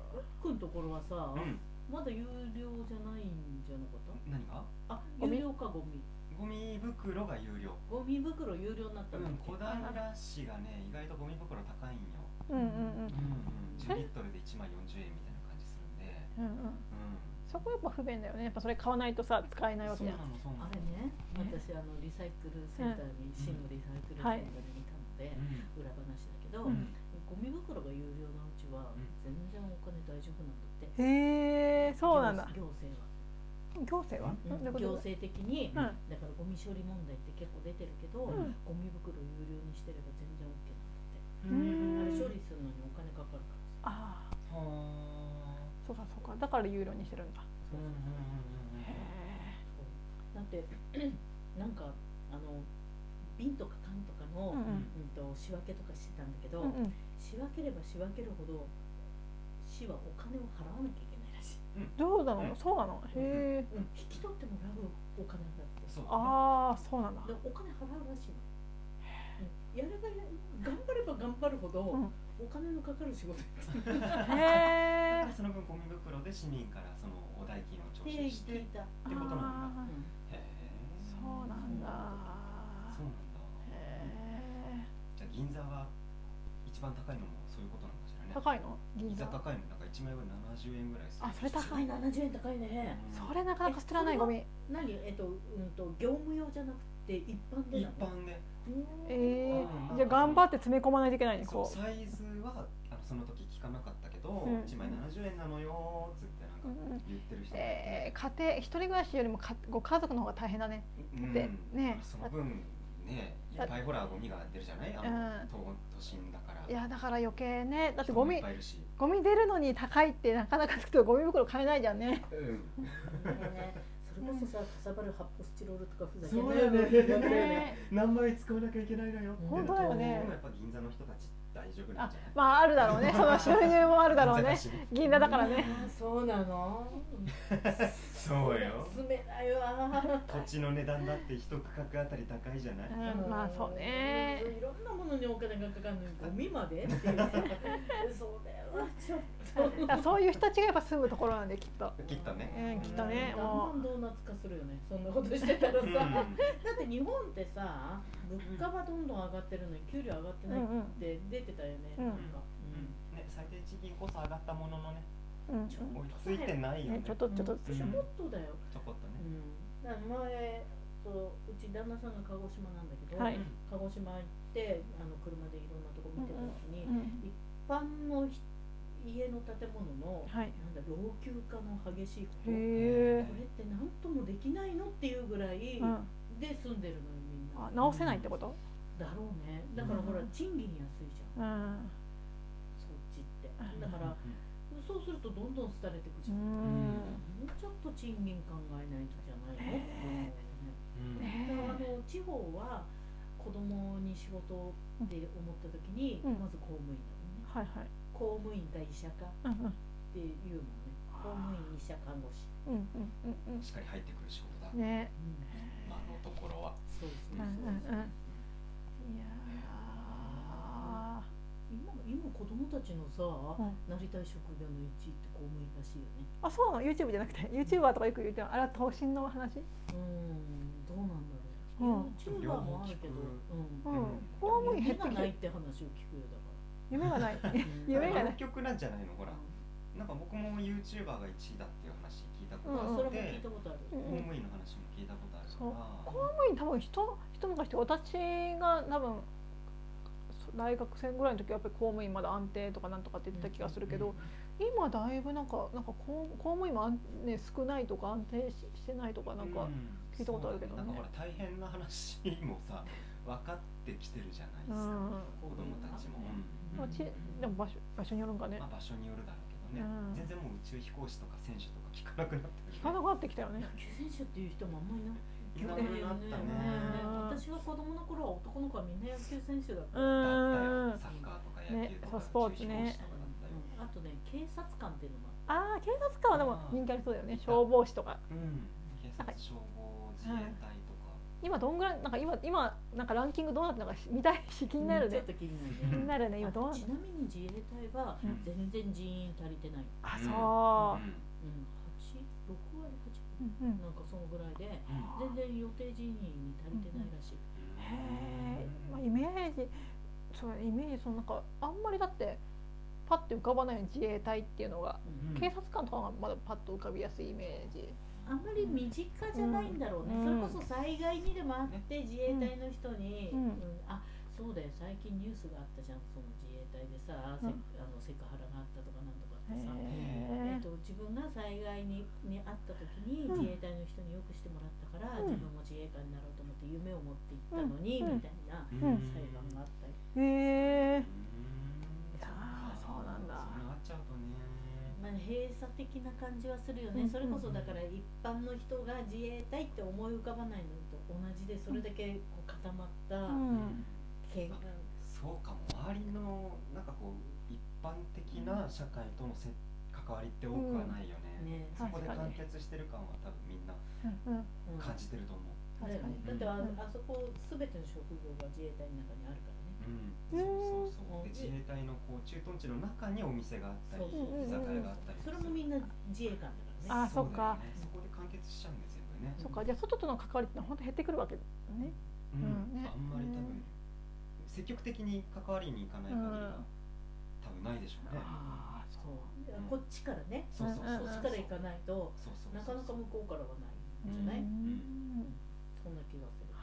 A: くんところはさ
C: ーうん
A: まだ有料じゃないんじゃなかっ
C: 何が
A: たあ
B: ゴミ
A: 有料かゴミ
C: ゴミ袋が有料
A: ゴミ袋有料になった
C: うん
A: だっ
C: ん
A: け
C: 小平市がね意外とゴミ袋高いんよ
B: うん
C: うん
B: うんうん
C: うん10リットルで1枚40円みたいな感じするんで
B: うんう
C: う
B: んそこやっぱ不便だよねやっぱそれ買わないとさ使えないわ
C: んそう
B: け
C: な
B: じゃ
C: の
B: ん
C: そうな
A: あ
C: の
A: れね私あのリサイクルセンターに市のリサイクルセンターにいたので、
C: う
A: 裏話だけど、
B: うん
A: ゴミ袋が有料なうちは
C: うん
A: 全然お金大丈夫なんだって、
B: へえそうなんだ
A: 行政は、
B: 行政
A: う
B: は、
A: ん
B: ど
A: 行
B: ういうこと
A: 政的に、
B: う
A: だ
B: ん
A: からゴミ処理問題って結構出てるけど、
B: ん
A: ゴミ袋有料にしてれば全然
C: う
A: OK なん
B: うん
A: だって、あれ処理するのにお金かかるからさ
B: ああ
C: はあ
B: そうかそうかだから有料にしてるんだ
C: うんうんうんうん
B: へえ
A: だってなんかあの瓶とか缶とかの、
B: う
A: うん
B: ん
A: と仕分けとかしてたんだけ
B: う
A: ど、
B: んうん
A: 仕分ければ仕分けるほど市はお金を払わなきゃいけないらしい、
B: どうな
C: う
B: の
C: ん
B: そうなのへえ
A: うん、引き取ってもらうお金だって
C: そうだね
B: ああそうなんだ
A: でお金払うらしいの、うん、やればや頑張れば頑張るほど、
B: うん
A: お金のかかる仕事に
C: (laughs)
A: つながる
C: だか
B: へえ
C: らその分ゴミ袋で市民からそのお代金を徴
A: って
C: 収して
A: 聞い
C: っ
A: た、
C: てことなんだ
B: あ
C: へえ
B: ーそうなんだ
C: そうなんだ
B: へ
C: じゃあ銀座は一番高いのもそういうことなんかしら
B: え
C: ね
B: 高いの銀
C: 銀座
B: 座
C: 高いのなんか1枚分70円ぐらいする
B: あそれ高いな
A: 70円高いね
B: それなかなか捨てられないゴミ
A: 何えっと,、うん、と業務用じゃなくて一般で
C: 一
A: なの
C: 般で
A: うん
B: え
C: う
B: ー、
C: ん
B: じゃあ頑張って詰め込まないといけないね
C: そう
B: こ
C: サイズはあのその時聞かなかったけど、
B: うん
C: 1枚70円なのよーっつってなんか言ってる人
B: う、
C: がい
B: え
C: て、
B: ー、家庭一人暮らしよりもかご家族の方が大変だね
C: うん
B: でね
C: その分ねいっぱいほらゴミが出るじゃないあの、
B: うん
C: 東都心だから
B: いやだから余計ねだって
C: 人
B: ゴ
C: もい
B: ミ
C: っぱいいるし、
B: ゴミ出るのに高いってなかなかつくとゴミ袋買えないじゃんね。
C: うん、
A: ねそれこそさかさばる発泡スチロールとかふざけ
C: そうやね
A: ない
C: ね
B: ね
C: 何枚使わなきゃいけないのよって
B: 本当だよ
C: で
B: ね
C: も。やっぱ銀座の人たち大丈夫なんじゃない
B: まああるだろうね。その収入もあるだろう (laughs) ね。
C: し
B: 銀座だからね。
A: あーそうなの
C: そうよ
A: 詰めないわ
C: 土地の値段だって一区画あたり高いじゃない、
B: う
C: うん
B: ん、まあそうね。
A: いろんなものにお金がかかるのにゴミまでっていうさそれはちょっ
B: だからそういう人たちがやっぱ住むところなんできっと。
C: きっとね、
B: うんきっと
A: と
B: ね
A: だん
B: も
A: だんドーナツ化するよねそんなことしてたらさ、
C: うん
A: だって日本ってさ物価はどんどん上がってるのに給料上がって
B: うん
A: な
B: う
A: いっ
B: ん
A: て出てたよね、
B: うん
A: なんか、
C: うんね、最低賃金こそ上がったもののね
B: うん。
A: ちょ
C: 追いついてないよね
B: ねちょっとちょっと
A: うんちょこっとだよ、
C: ちょこっと
A: う
C: ね、
A: ん、だから前そううち旦那さんが鹿児島なんだけど、
B: はい
A: 鹿児島行ってあの車でいろんなとこ見てた時に、
B: うん
A: 一般のひ家の建物の、
B: はい。
A: なんだ老朽化の激しいこと
B: へ
A: これ
B: え。
A: って何ともできないのっていうぐらい
B: うん。
A: で住んでるのよみんな
B: あ、直せないってこと？
A: だろうねだからほら
B: うん
A: 賃金安いじゃん
B: うん。
A: そっちって
B: うん
A: だから
C: う
A: そうするとどんどん廃れてくじ
B: う
A: ゃん、も
B: ん
A: うちょっと賃金考えないとじゃないの、
B: ね
C: うん
A: だからあ
B: ね
A: の地方は子供に仕事をって思った時に、
B: うん
A: まず公務員だもんね
B: はいはい
A: 公務員か医者か
B: うんうん
A: っていうもんね公務員医者看護師、
B: うんうんうん
C: しっかり入ってくる仕事だ
B: うんね
A: うん、
C: 今のところは
A: そうです
B: う
A: ね
B: んうんう
A: そう
B: んい
A: ですね
B: や
A: 今今子供たちのさ、
B: ー
A: なりたい職業の1位って公務員らしいよね
B: あそうなの YouTube じゃなくて YouTuber とかよく言うてるあれは投資の話
A: うんどうなんだ
B: う
A: ろう
B: ん
A: YouTuber もあるけど、
C: 両
A: う
C: う
A: ん
B: う
C: んん
B: 公務員
A: 夢
B: 減って
A: が
B: き
A: ないってて話を聞くよだか
B: 夢が (laughs) ない
A: ら、
B: 夢がない
C: 結局なんじゃないのほら
A: う
C: なんか僕も YouTuber が1位だっていう話聞いたこと
B: うん
A: ん
C: あ
A: そ
C: っ
A: れも聞い
C: て
A: たことある、
B: うん
C: 公務員の話も聞いたことある
B: そう
C: か
B: 公務員多分人一昔って私が多分そ大学生ぐらいの時はやっぱり公務員まだ安定とかなんとかって言ってた気がするけど、今だいぶなんかなんか公公務員も安、ね、少ないとか安定ししてないとかなんか、聞いたことあるけど
C: そ
B: ね
C: うなんかほら大変な話もさ分かってきてるじゃないで
B: う
C: すか、
B: ん
C: 子供たちも、
B: でもち
C: うん
B: でも場所場所によるんかね
C: まあ、場所によるだろうけどね、
B: うん
C: 全然もう宇宙飛行士とか選手とか聞かなくなってる、ね、
B: 聞かなくなってきたよね
A: 野球選手っていう人もあんまりいなく
C: いなくなったね
B: うん
A: 私が子供の頃は男の子はみんな野球選手だった、
B: う
C: だった
B: ん
C: よサッカーとか野球とか、
B: ねそうスポーツね
C: 宇宙飛行士とかだったよ
A: あとね警察官っていうのもあっ
B: ああ警察官はでも人気ありそうだよね消防士とか
C: うん、警察消防自衛隊とか、
B: 今どんぐらいなんか今今なんかランキングどうなってるのか見たいし気になる
A: ちょ
B: ね
A: っ、と気に
B: 気
A: なる
B: に
A: ね
B: なるね今どうな
A: あ
B: っ
A: ちなみに自衛隊は
C: うん
A: 全然人員足りてない、
B: あそ
C: うん
A: うん、8 6割
B: う、うんう
A: 8
B: ん、
A: なんかそのぐらいで
C: うん
A: 全然予定人員に足りてないらしい、
B: へえ、まあ、イメージそうイメージそのなんかあんまりだってパッて浮かばないよね自衛隊っていうのが
C: うん
B: 警察官とかがまだパッと浮かびやすいイメージ
A: あんまり身近じゃないんだろうね、
B: うん
A: それこそ災害にでもあって自衛隊の人に、
B: うん
A: あそうだよ最近ニュースがあったじゃんその自衛隊でさ、
B: うん
A: セクあのセクハラがあったとかなんとかってさ、え
B: へ
A: っと自分が災害ににあった時に
B: うん
A: 自衛隊の人によくしてもらったから、
B: うん
A: 自分も自衛官になろうと思って夢を持っていったのに、
B: うん
A: みたいな
C: うん
B: うん
A: 裁判があったり、
B: えへ
C: うん
B: えいやーそうなんだ
C: そうなっちゃうとね
A: まあ、閉鎖的な感じはするよね、
B: うん
A: それこそだから一般の人が自衛隊って思い浮かばないのと同じでそれだけこう固まった、
B: うん
A: けん
C: そうかも周りのなんかこう一般的な社会とのせ関わりって多くはないよね、
A: ね
C: そこで
B: 確
C: 完
B: かに
C: 結してる感は多分みんな
B: うんうん
A: うん
C: 感じてると思う
A: だよね
C: 確か
A: だっ
C: に
A: てあ,、
B: うん
A: あそこすべての職業が自衛隊の中にあるからね
C: うん、そうそうそう
A: うん
C: で自衛隊のこう駐屯地の中にお店があったり
A: そう
C: 居
B: そうそう
C: 酒屋があったり
A: それもみんな自衛官だからね
B: あそっか
C: うだよねそこで完結しちゃうんですよね、
B: そっかじゃあ外との関わりってのは本当減ってくるわけだね
C: うん
B: うんね
C: あんまり多分積極的に関わりに行かない限りは、
B: うん
C: 多分ないでしょうね
B: ああ
A: そう
C: うん
A: こっちからね
C: そうそうそう
A: こ
B: うん
A: っちから行かないと
C: そうそうそう
A: なかなか向こうからはないんじゃない、
B: うん
A: そんな気がする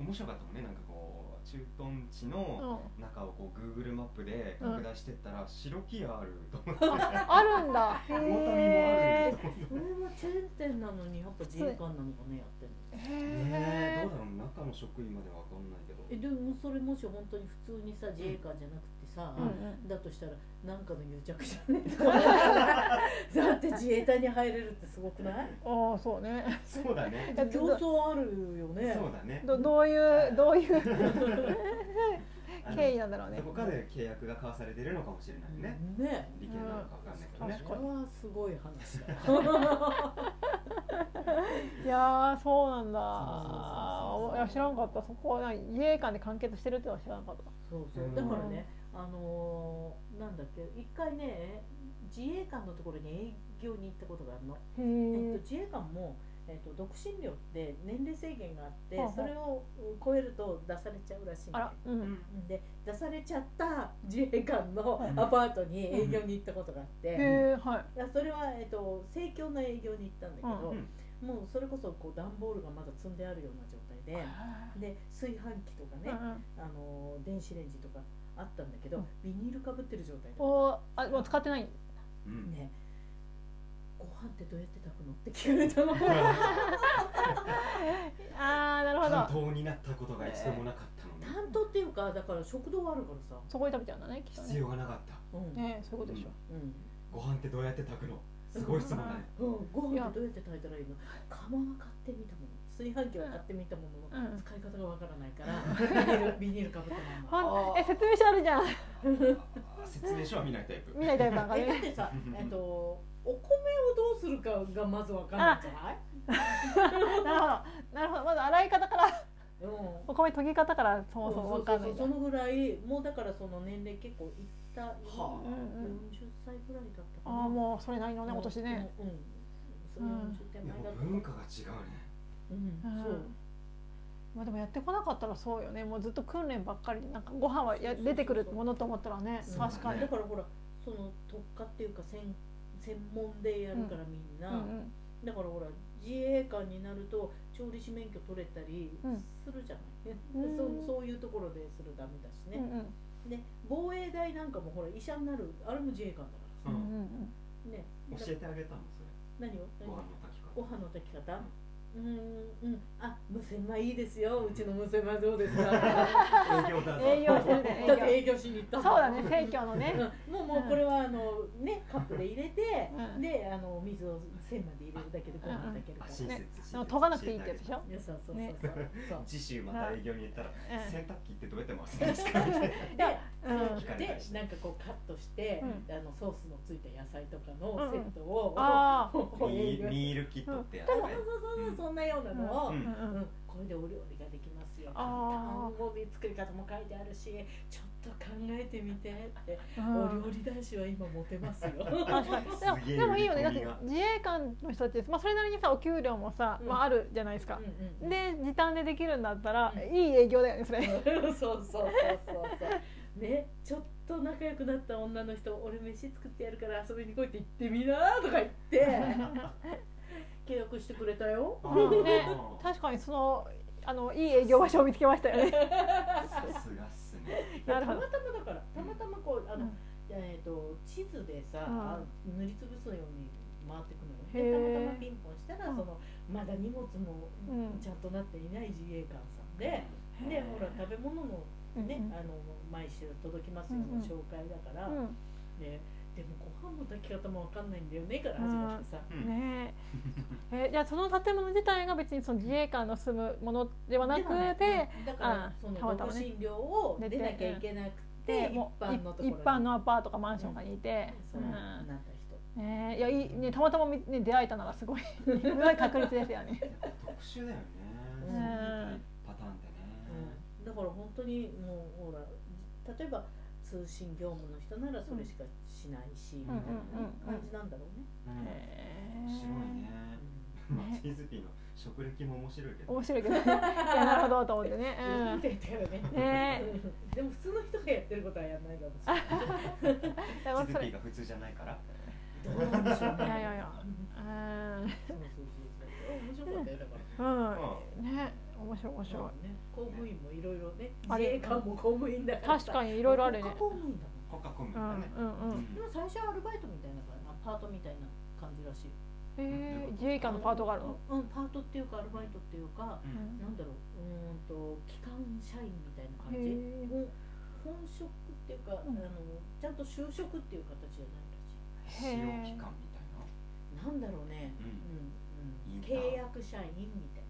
C: 面白かったもんねなんかこう駐屯地の中をこう Google マップで拡大してったら、白木屋あると
B: (laughs)
C: 思って
B: あるんだ
C: 大谷もあ
B: へ
C: ると思って
A: それはチェーン店なのにやっぱ自衛官なのかねやってるの
B: え
C: ねえど
B: へ
C: うだろう中の職員までは分かんないけど
A: えでもそれもし本当に普通にさ自衛官じゃなくてさ、
B: うんうん
A: だとしたらなんかの癒着じ (laughs) ゃねえと思うだって自衛隊に入れるってすごくない
B: ああそうね
C: そうだね
B: え
A: 競争あるよね
C: そうだね
B: どどういうどういう (laughs) 経緯なんだろう
C: あの
B: (laughs) ね
C: どこかで契約が交わされてるのかもしれないよね、
A: ね
C: 利権なのか分かんないけどね、
B: うん
A: こ
B: 確
A: れ
B: か
A: はすごい話だよ (laughs)
B: いやーそうなんだ
C: そうそうそうそう
B: いや知らんかったそこはな自衛官で完結してるってのは知らんかった
A: そうそうだからねあのーなんだっけ一回ね自衛官のところに営業に行ったことがあるの、
B: へ
A: えっ
B: え
A: と、自衛官も、えっと、独身寮って年齢制限があって
B: ほうほう
A: それを超えると出されちゃうらしいん
B: あ
A: だよ
B: らうん、
C: うん
A: で出されちゃった自衛官の
C: うん
A: アパートに営業に行ったことがあって、
B: へえはい
A: いやそれは、えっと、生協の営業に行ったんだけど、もうそれこそこう段ボールがまだ積んであるような状態でで炊飯器とか
B: う
A: ね、
B: んうん
A: あのー電子レンジとかあったんだけど、
B: うん
A: ビニールかぶってる状態だっ
B: おーあもう使って (laughs) ない
C: うん
A: たねご飯ってどうやって炊くのって聞かれたの
B: あーなるほ
C: 担
B: ど
C: 当になったことが一度もなかったの
A: 担当っていうかだから食堂はあるからさ、
B: そこで食べちゃうんだねきっと
C: 必
B: ね
C: 要がなかった
A: うん
B: ねそういうことでしょ、
A: うん
C: ご飯ってどうやって炊くのすごい質問だね
A: うん、ご飯ってどうやって炊いたらいいの釜は買ってみたもの炊飯器は買ってみたものの、
B: うん
A: 使い方がわからないからビニー
B: (laughs)
A: ルビニールかぶったまんま
B: ほんえ説明書あるじゃん
C: あ説明書は見ないタイプ
B: 見ないタイプなんか
A: えだっ
B: (laughs) ね
A: てさ、えっと、お米をどうするかがまずわかんないんじゃない
B: なるほどなるほどまず洗い方から
A: うん
B: お米研ぎ方からそもそも分かんないん
A: そ
B: だ
A: うそうそうそのぐらいもうだからその年齢結構いった、
C: はあ
B: うんうん
A: 40歳ぐらいだったか
B: あ
A: な
B: あもうそれなりのねお年ね、
A: うん、うんそう
B: うん
A: 40手
C: いや
A: 前
C: も
A: だ
C: う
A: った
C: 文化が違うね
A: うん、
B: うん
A: そう
B: まあでもやってこなかったらそうよねもうずっと訓練ばっかりでなんかご飯は
A: そうそ
B: や
A: うそうそう
B: 出てくるものと思ったらね
A: そう
B: 確かに、
A: だからほらその特化っていうか専専門でやるからみんな、
B: うんうん、
A: だからほら自衛官になると調理師免許取れたり
B: うん
A: するじゃない、
B: うん
A: そうそういうところでするダメだし
B: うんう
A: ね、
B: ん
A: で防衛大なんかもほら医者になるあれも自衛官だから
B: うん
C: うん
A: さね
C: 教えてあげたのそれ
A: 何を何
C: ご飯
A: を
C: の炊き方
A: ご飯の炊き方うーんうんあ無洗米いいですようちの無洗米どうですか
C: 営業だぞ
B: 営業してるね
A: だって営業しに行った
B: そう
A: もん
B: だね生協のね
A: うんもうもうこれはあのねカップで入れて、
B: うん
A: であの水を線まで入れるだけでご飯炊けるか
C: あ
A: ら、
C: 親切
B: ね
C: 親切
B: でも研がなくていいってやつでしょ
A: いやそうそうそうそう、
B: ね
A: そう
C: 次週また営業に行ったら
B: うん
C: 洗濯機ってどうやって回すんですかみたいな
B: でう
A: そ
B: ん
A: うでなんかこうカットして、
B: う
A: あのソースのついた野菜とか
B: うん
A: の
B: うん
A: セットを、
B: ああ
A: こう
C: ミ
A: いう
C: ーミールキットってやつ
A: そうそう
C: ね
A: そうそうそんなようなのを、
C: う
B: うんん
A: う
B: うん
A: んこれでお料理ができますよ簡
B: あ
A: 単ごみ作り方も書いてあるしちょっと考えてみてって、お料理男子は今モテますよ
B: (laughs) 確かに
C: す
B: でも
C: げえ
B: でもいいよねだ
C: 売
B: っ
C: り込
B: て
C: みが
B: 自衛官の人たち、まあ、それなりにさお給料もさ、
A: うん
B: まあ、あるじゃないですか
A: うん、うんうん
B: で時短でできるんだったら、
A: うん
B: いい営業だよねそれ、
A: (laughs) そうそうそうそうそうねちょっと仲良くなった女の人俺飯作ってやるから遊びに来いって言ってみなとか言
B: (laughs)
A: って契約してくれたよ
C: あー
B: ね確かにそのあのいい営業場所を見つけましたよね
C: さすがっすね
A: いや
B: (laughs) なるほど
A: たまたまだからたまたまこうあの、
B: うん
A: えっ、と地図でさ、
B: うん
A: あ塗りつぶすように回ってく
B: へ
A: のよ
B: ー
A: でたまたまピンポンしたら、
B: うん
A: そのまだ荷物も
B: うん
A: ちゃんとなっていない自衛官さんで、でほら食べ物のね、あの毎週届きますよ
B: うんうん
A: の紹介だから、
B: うん
A: ね、でもご飯の炊き方もわかんないんだよねから始まってさ、
C: う
B: うん
C: ん
B: ねええじゃあその建物自体が別にその自衛官の住むものではなく
A: では
B: て、
A: だから
B: あ
A: その
B: たまた
A: 保
B: ま
A: 護
B: ね
A: 診療を
B: 出
A: 出
B: て
A: なきゃいけなくて、
B: でも
A: 一
B: う
A: 般のところに
B: い一般のアパートかマンションかにいて、う
A: そう、
B: ん
A: なった人
B: ねえいやいいねたまたま、ね、出会えたならす
A: (laughs)
B: ごいすごい確率ですよね。
C: 特殊だよねそ
A: うん
C: ういうパターンってね
A: うんだから本当にもうほら例えば通信業務の人ならそれしかしないし、み
B: う
A: た
B: んう
A: い
B: んうんう
A: なん感じなんだろうね。
C: うん
B: へえ
C: 面白いねまあチーズピーの職歴も面白いけど
B: 面白いけ
A: (laughs)
B: ど、ね、いやなるほどと思ってね。
A: うん
B: うん
A: みたいだよね。
B: ね
A: うんでも普通の人がやってることはやらないかもしれない。
B: え、で
C: チ
B: も
C: ーズ
B: そ
C: ピ
B: れ、
C: ーが普通じゃないから
A: どうなんでしょうね。
B: いやいやいやうん
A: そうそうそうそう。面白かったよだから。
B: うん、ね、面白い面白い。
A: ね、公務員もいろいろね、
B: あ
A: 自
B: れ
A: 衛官も公務員だから
B: 確
A: さ。
B: かにいろいろあるね
A: 国家。公務員だもん。
C: コカコム
B: う
C: だ
B: んうん
C: ね
B: うん。
A: でも最初はアルバイトみたいなからな、パートみたいな感じらしい。
B: へえ自衛官のパートがあるの。
A: うん、パートっていうかアルバイトっていうか、
C: うんうん
A: なんだろう、うーんと機関社員みたいな
B: へ
A: 感じ。
B: え
A: ほん本職っていうか、
B: うん
A: あのちゃんと就職っていう形じゃないらしい。
C: 使用期間みたいな
A: なんだろうね、
C: うん
A: うんう
C: いい
A: ん、
C: な
A: 契約社員みたい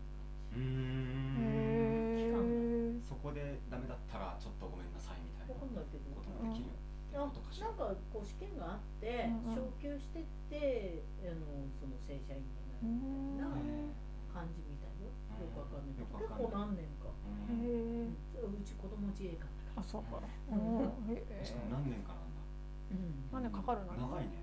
C: う
A: な感じ。
C: ーん
B: へえ
C: そこでダメだったらちょっとごめんなさいみたいな
A: わ
C: こ
A: かんないけど。
C: ともできるよって
A: あな
C: こと
A: んか
C: かしら
A: こう試験があって、
B: うんうん
A: 昇給してってあのその正社員になるみたいな
B: うん
A: 感じみたいよ
C: うん
A: よくわかんないけど
C: よく
A: 結
C: わかんない
A: 構何年か
B: へ
C: うん
A: う
B: え
A: んうち子供自衛官だから
B: あ、そうか。
A: う
B: うんん。へえ
C: しかも何年かなんだ
A: うん
B: なんでかかるの
C: 長いね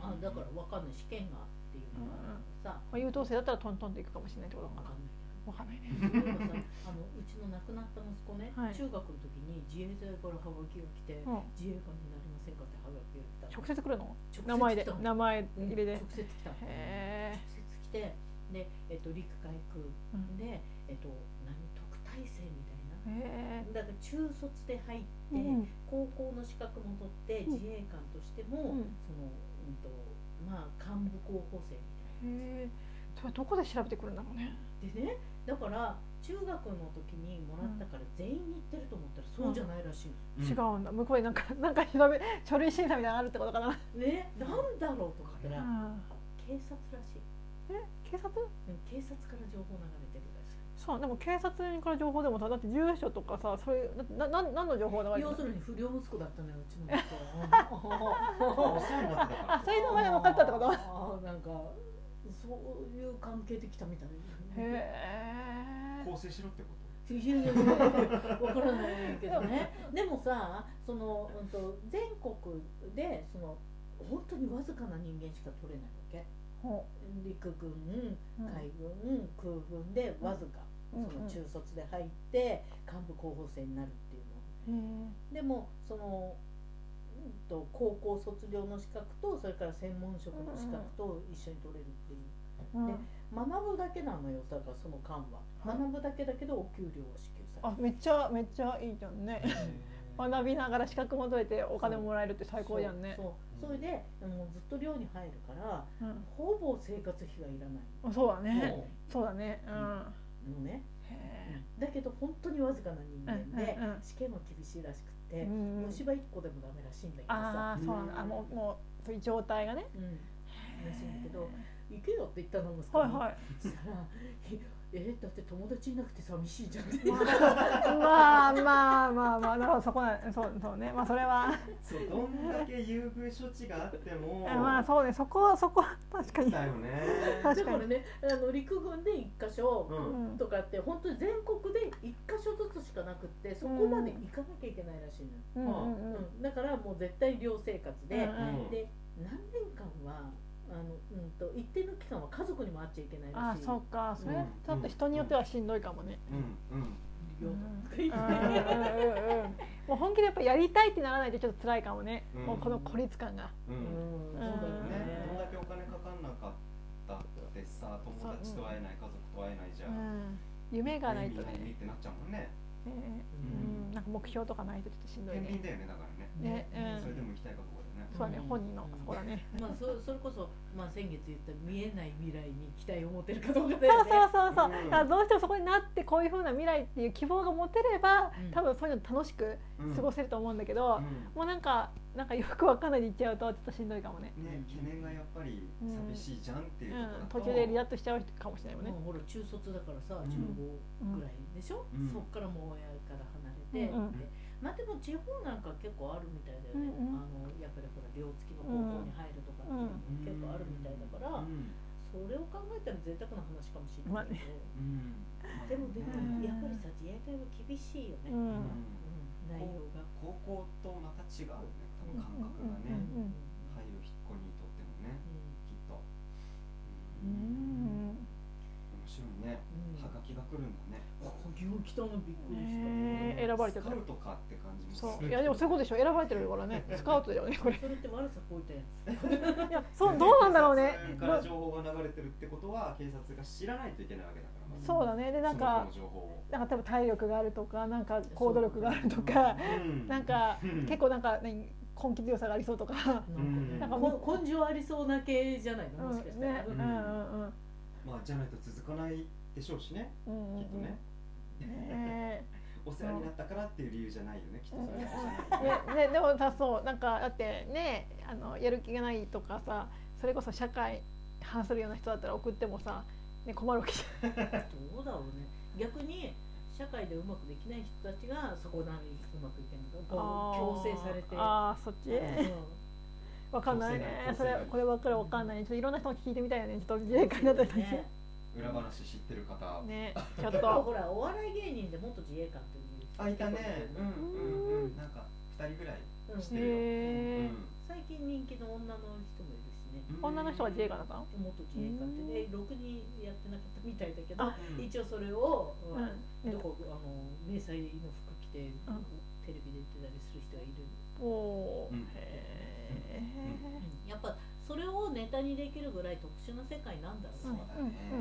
A: あだからわかんない試験がっていうのがさ
B: まあ、優等生だったらトントンでいくかもしれないってこと
A: わ
B: か
A: かん
B: な。
A: ない (laughs)
B: わかんないね。
A: けどそういえばさあのうちの亡くなった息子ね、
B: はい
A: 中学の時に自衛隊からハガキが来て、
B: うん。
A: 自衛官になりませんかってハガキが来た
B: 直
A: の
B: 接来るの？
A: 直接来た
B: 名前で
A: の
B: 名前
A: うん
B: 入れて
A: 直。接来たの
B: へえ。
A: 直接来てで、えっと陸海空
B: うん
A: で、えっと何特待生みたいな
B: へ
A: だから中卒で入って、
B: え。うん。
A: 高校の資格も取って
B: うん
A: 自衛官としても、
B: うん
A: その、うんとまあ、幹部候補生みたいな
B: へえ。それどこで調べてくるんだろうね
A: でねだから中学の時にもらったから全員に行ってると思ったらそうじゃないらしいの、
C: うん
B: 違うんだ向こうになんかなんか調べ書類審査みたいなのあるってことかな、
A: ねなんだろうとかって
B: う
A: ら
B: ん、
A: 警察らしい
B: え警察
A: うん警察から情報流れてるらしい
B: そうでも警察から情報でもさだって住所とかさそれなな何の情報だから
A: 要するに不良息子だったのようちの息 (laughs) 子は
C: お世話になってたから
B: あそういうのまで分かったってことへ
A: あーなんかそういう関係できたみたいな
B: (laughs) え
C: 構成しろってこと
A: いやいやいやわからないけど (laughs) ねでもさその、うん、と全国でその本当にわずかな人間しか取れないわけ
B: ほ
A: 陸軍
B: ううん
A: 海軍空軍でわずか、
B: うん
A: その
B: うん
A: 中卒で入って幹部候補生になるっていうの
B: へー
A: でもその、うん、と高校卒業の資格とそれから専門職の資格と一緒に取れるっていう、
B: うん
A: で学ぶだけなのよだからその間は、
B: はい
A: 学ぶだけだけどお給料は支給される
B: あめっちゃめっちゃいいじゃんね学びながら資格も取れてお金もらえるって最高じゃんね
A: そうそうそれでもうずっと寮に入るから
B: うん
A: ほぼ生活費はいらない
B: あそうだね
C: も
B: そうだねうん
A: のね、
B: へ
A: だけど本当にわずかな人間で、
B: うんうんうん
A: 試験は厳しいらしく
B: え
A: て、
B: うんうん
A: 虫歯1個でもダメらしいんだけどさ、
B: ああそうなんだあもうもうそういう状態がね
A: うん、らしいんだけど「行けよ」って言ったの息子
B: はい
A: に、
B: はい
A: そしたら (laughs) 「えだって友達いなくて寂しい
B: (laughs)
A: じゃん」って
B: まあまあまあまあなるほどそこなそうそうねまあそれは
C: そうどんだけ優遇処置があっても
B: あまあそうねそこそこ確かに
C: だよね
B: 確
A: だ
B: か
A: か
B: に
A: らねあの陸軍で1箇所
C: うん
B: うん
A: とかって本当に全国で1箇所ずつしかなくってそこまで行かなきゃいけないらしいのよ、
B: うんうんうん
A: うんだからもう絶対寮生活で、
C: うん
A: で何年間はあの、うん、と一定の期間は家族にも会っちゃいけない
B: あ
A: らしい
B: そうかそれちょっと人によってはしんどいかもね
C: うんうん
A: よ
B: うんうんうん
C: (laughs)
B: うんもう本気でやっぱやりたいってならないとちょっと辛いかもね
C: うん
B: もうこの孤立感が
C: う
A: うんんそうだよ
C: ね、どんだ
A: ね
C: けお金かかんなかったってさ友達と会えない家族と会えないじゃ、
B: うんん夢がないと
C: 意味意味
B: ね
C: ってなっちゃうもんね
B: ねうんなんか目標とかないとちょっとしんどい
C: 天
B: ね
C: 秤だよねだからね、
B: ねうん
C: それでも行きたいかどうかだよね
B: そうだね本人のそこだね
A: まあそそれこそ、まあ、先月言った見えない未来に期待を持てるかどうかだ
B: そ
A: よ
B: う
A: ね
B: そうそうそう、
C: うん
B: だからどうしてもそこになってこういう風な未来っていう希望が持てれば、
A: うん
B: 多分そういうの楽しく
C: うん
B: 過ごせると思うんだけど、
C: うん
B: もうなんかなんかよくわかんないで行っちゃうとちょっとしんどいかもね、
C: ね懸念がやっぱり寂しいじゃんっていううところだと、
B: ん、途中でリラッとしちゃうかもしれないもんね
A: もうほら中卒だからさ
C: うん
A: 15ぐらいでしょ、
C: うん
A: そっからもう親から離れて、
B: うんうん
A: でまあでも地方なんか結構あるみたいだよね、
B: うんう
A: あ
B: ん
A: のやっぱりほら寮付きの高校に入るとかっていうのも結構あるみたいだから、
C: うん
A: それを考えたら贅沢な話かもしれ
B: ま
A: な
B: あ
A: いけ
B: ね
C: う
A: ど、
C: ん
A: でもでも
B: うん
A: やっぱりさ自衛隊は厳しいよね、
B: う
A: うん
B: ん
A: 内容が。
C: 高校とまた違うよね多分感覚が
B: うん
C: ね、
B: うん
C: 入る引っこにとってもねきっと、
B: う
C: うん
B: ん
C: 面白いね
A: うん
C: はがきが来るんだね
A: ここ牛来たのびっくりした、
B: ねえ選ばれて
C: ス
B: た
C: カウトかって感じもする
B: そういやでもそういうことでしょ選ばれてるからねスカウトだよねこれ
A: それって悪さこういったやつ
B: いやそうどうなんだろうね
C: 警察から情報が流れてるってことは警察が知らないといけないわけだからまず
B: そうだねでなんか
C: その子の情報を
B: なんか多分体力があるとかなんか行動力があるとか
C: うん
B: なんか
C: うん
B: 結構なんか何根気強さがありそうとか、
C: ん
A: なんかこ根性ありそうな系じゃないのもしかしたら、
B: ねうんうんうん
C: まあじゃないと続かないでしょうしね
B: うんうん
C: きっとね
B: ね
C: お世話になったからっていう理由じゃないよねきっとそれは
B: えねねでもさそうなんかだってねあのやる気がないとかさそれこそ社会反するような人だったら送ってもさ、ね、困るわけじ
A: どうだろうね逆に社会でうまくできない人たちがそこなりにうまくいけない
B: ゃん
A: こう強制されて
B: あーあーそっ
A: うん
B: ちわかんないね
C: 強
B: そ
C: 制な
B: れ
C: 強制な
B: こればっかりわかんないちょっといろんな人も聞いてみたいよねちょっと自衛官だった
A: ね
B: りね
C: 裏話知ってる方
B: ねちょっ
A: 結構
B: と
A: ほらお笑い芸人で元自衛官っていう人
C: あいたねうんうんうんなんか二人ぐらい
A: うん
C: 知ってるよ
B: へー
A: 最近人気の女の人もいるしね
C: うん
B: 女の人が自衛官だったの
A: 元自衛官ってねろくにやってなかったみたいだけど
B: あ
C: うん
A: 一応それを、
B: う
A: うんん
B: ね
A: どこあの迷彩の服着て、テレビで出たりする人がいる、
B: おー
C: うん
B: へー
A: やっぱそれをネタにできるぐらい特殊な世界なんだろう
C: そう
A: ね、
C: だね
B: う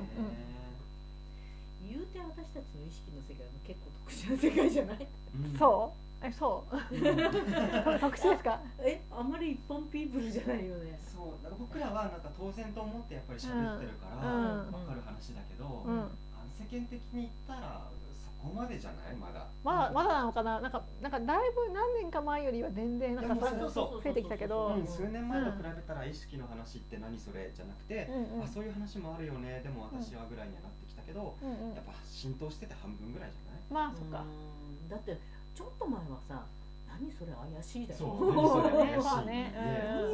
B: んうんうん
A: 言うて私たちの意識の世界も結構特殊な世界じゃない
C: うん
B: そえそう (laughs) これ特殊ですか
A: えあんまり一般ピープルじゃないよね
C: そうなんか僕らはなんか当然と思ってやっぱり喋ってるから
B: うん
C: わかる話だけど、
B: うん
C: あの世間的に言ったらそこまでじゃないまだ
B: まだまだなのかななんかなんかだいぶ何年か前よりは全然なんか
C: でも
B: そう
C: そうそう
B: 増えてきたけど
C: うん、
B: ん
C: 数年前と比べたら意識の話って何それじゃなくて、
B: うんうん
C: あそういう話もあるよねでも私はぐらいにはなってきたけど、
B: うんうん
C: やっぱ浸透してて半分ぐらいじゃない
B: まあそっか
A: うんだってちょっと前はさ何それ怪しいだよ
C: そうね
B: 何 (laughs) それねまあね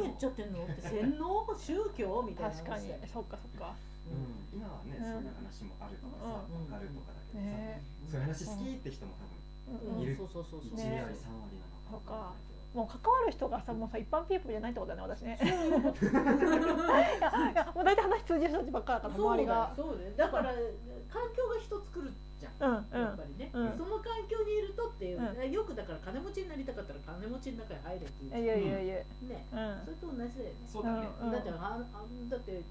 C: ね
B: うん
A: 何言っちゃってんのって洗脳宗教みたいな話
B: 確かに
A: だよね
B: そっかそっか
C: うん、今はね、
B: うん
C: そういう話もあるとかさ、わ
A: うん
C: かるとかだけどさ、
B: ね
C: そういう話好きって人も多
A: う
B: うんうんん
C: いる
A: そうそうそうそう
C: 分1
B: ね
C: 割3割なのかわかんないけど
B: もう関わる人がさもうさ一般ピープルじゃないってことだね私ね。いやいやもう大体話通じる人たちばっかだから
A: そう
B: 周
A: だよ
B: りが。
A: そうだよだから環境が人作るじゃん
B: うんうん
A: やっぱりね、
B: うん
A: その環境にいるとっていう、
B: う
A: よくだから金持ちになりたかったら金持ちの中に入れって言うじゃん
B: いやいやいや。
A: ね
B: うん
A: それと同じだよね、
C: そうだね、
B: うん
A: だってああだって、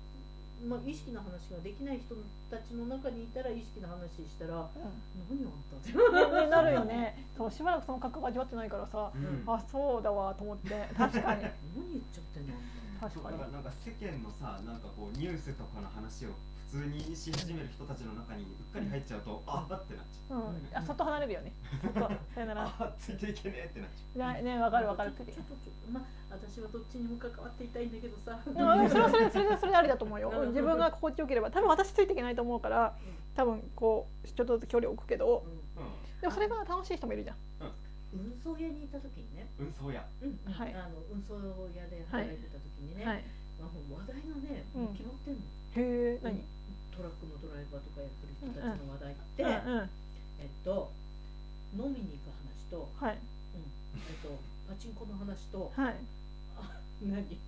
A: まあ、意識の話ができない人たちの中にいたら意識の話したら何あんたって
B: うんねなるよね。そうしばらくその覚悟味わってないからさ。
C: うん
B: あそうだわと思って確かに
A: 何言っちゃってんのあんた
B: 確
C: そう
B: か
C: だ
B: に
C: からなんか世間のさなんかこうニュースとかの話を普通にし始める人たちの中にうっかり入っちゃうと、ああってなっちゃう
B: うんあそっと離れるよねそっとさよなら
C: あついていけねえってなっちゃ
B: なねわかるわかる
A: ちょっとちょっとちょっとまあ私はどっちにも関わっていたいんだけどさ
B: でもそれはそれそれはそれでありだと思うようん自分が心地よければ多分私ついていけないと思うから多分こうちょっとずつ距離を置くけど
C: うう
B: でもそれが楽しい人もいるじゃん
A: うん運送屋にいた時にね、
C: ん、うん、そうや
A: うんうん
B: はい
A: あの運送屋で働いてた時にね、
B: はいへ
A: あの話題がね、
B: うん
A: 決まってんの
B: え何
A: トラックのドライバーとかやってる人たちの話題って、
B: うんうん
A: えっと飲みに行く話と、
B: はい
A: えっと、パチンコの話
B: (laughs)
A: と
B: はい
A: 何 (laughs)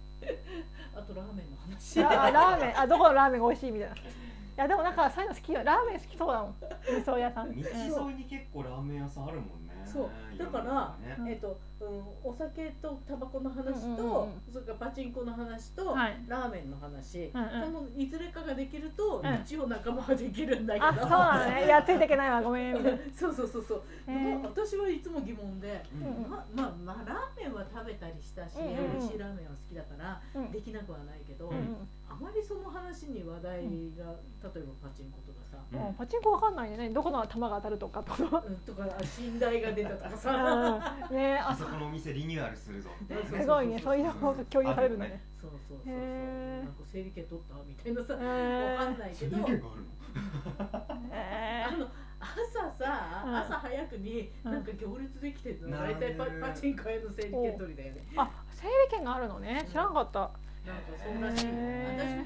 A: あとラーメンの話
B: いやあラーメンあどこのラーメンが美味しいみたいないやでもなんかそういうの好きよラーメン好きそうだもん味噌屋さん、うん、
C: 道沿いに結構ラーメン屋さんあるもんね
A: そう
C: いろんなのがね
A: (laughs) えっと、うん、お酒とタバコの話と、
B: うんうんうん
A: それからパチンコの話と、
B: はい
A: ラーメンの話、
B: うんうん
A: このいずれかができると、
B: うん
A: 一応仲間はできるんだけど、
B: あそうなのねいやついていけないわごめんみたいな、
A: (laughs) そうそうそうそう、
B: え
A: まあ私はいつも疑問で、
C: うん
B: うんうん
A: ままあまあラーメンは食べたりしたし、
B: うんうんうん
A: 美味しいラーメンは好きだから、
B: うん
A: できなくはないけど、
B: うん
A: あまりその話に話題が、例えばパチンコとかさ、
B: うんうん、パチンコわかんないね何どこの球が当たるとかってこと
A: うん、とか信頼が出たとか
B: う
A: さ、
B: んね
C: あ
B: あ
C: そこのお店リニューアルするぞみたいな
A: そう
B: すごいねそういうのが共有されるんだね
A: そうそうそうそう、
B: へー
A: なんか整理券取ったみたいなさ、
B: へ
A: わかん
B: ー
A: ないけ
C: そういう
A: ど
C: 意見、があるの
B: え
A: あの朝さ、
B: うん
A: 朝早くに
B: うん
A: なんか行列できてるの、
C: 並
A: 大
C: んで
A: 体
C: る
A: パパチンコ屋の整理券取りだよね。
B: ーあ整理券があるのね知らんかった
A: なんかそうらしいよ、
B: へ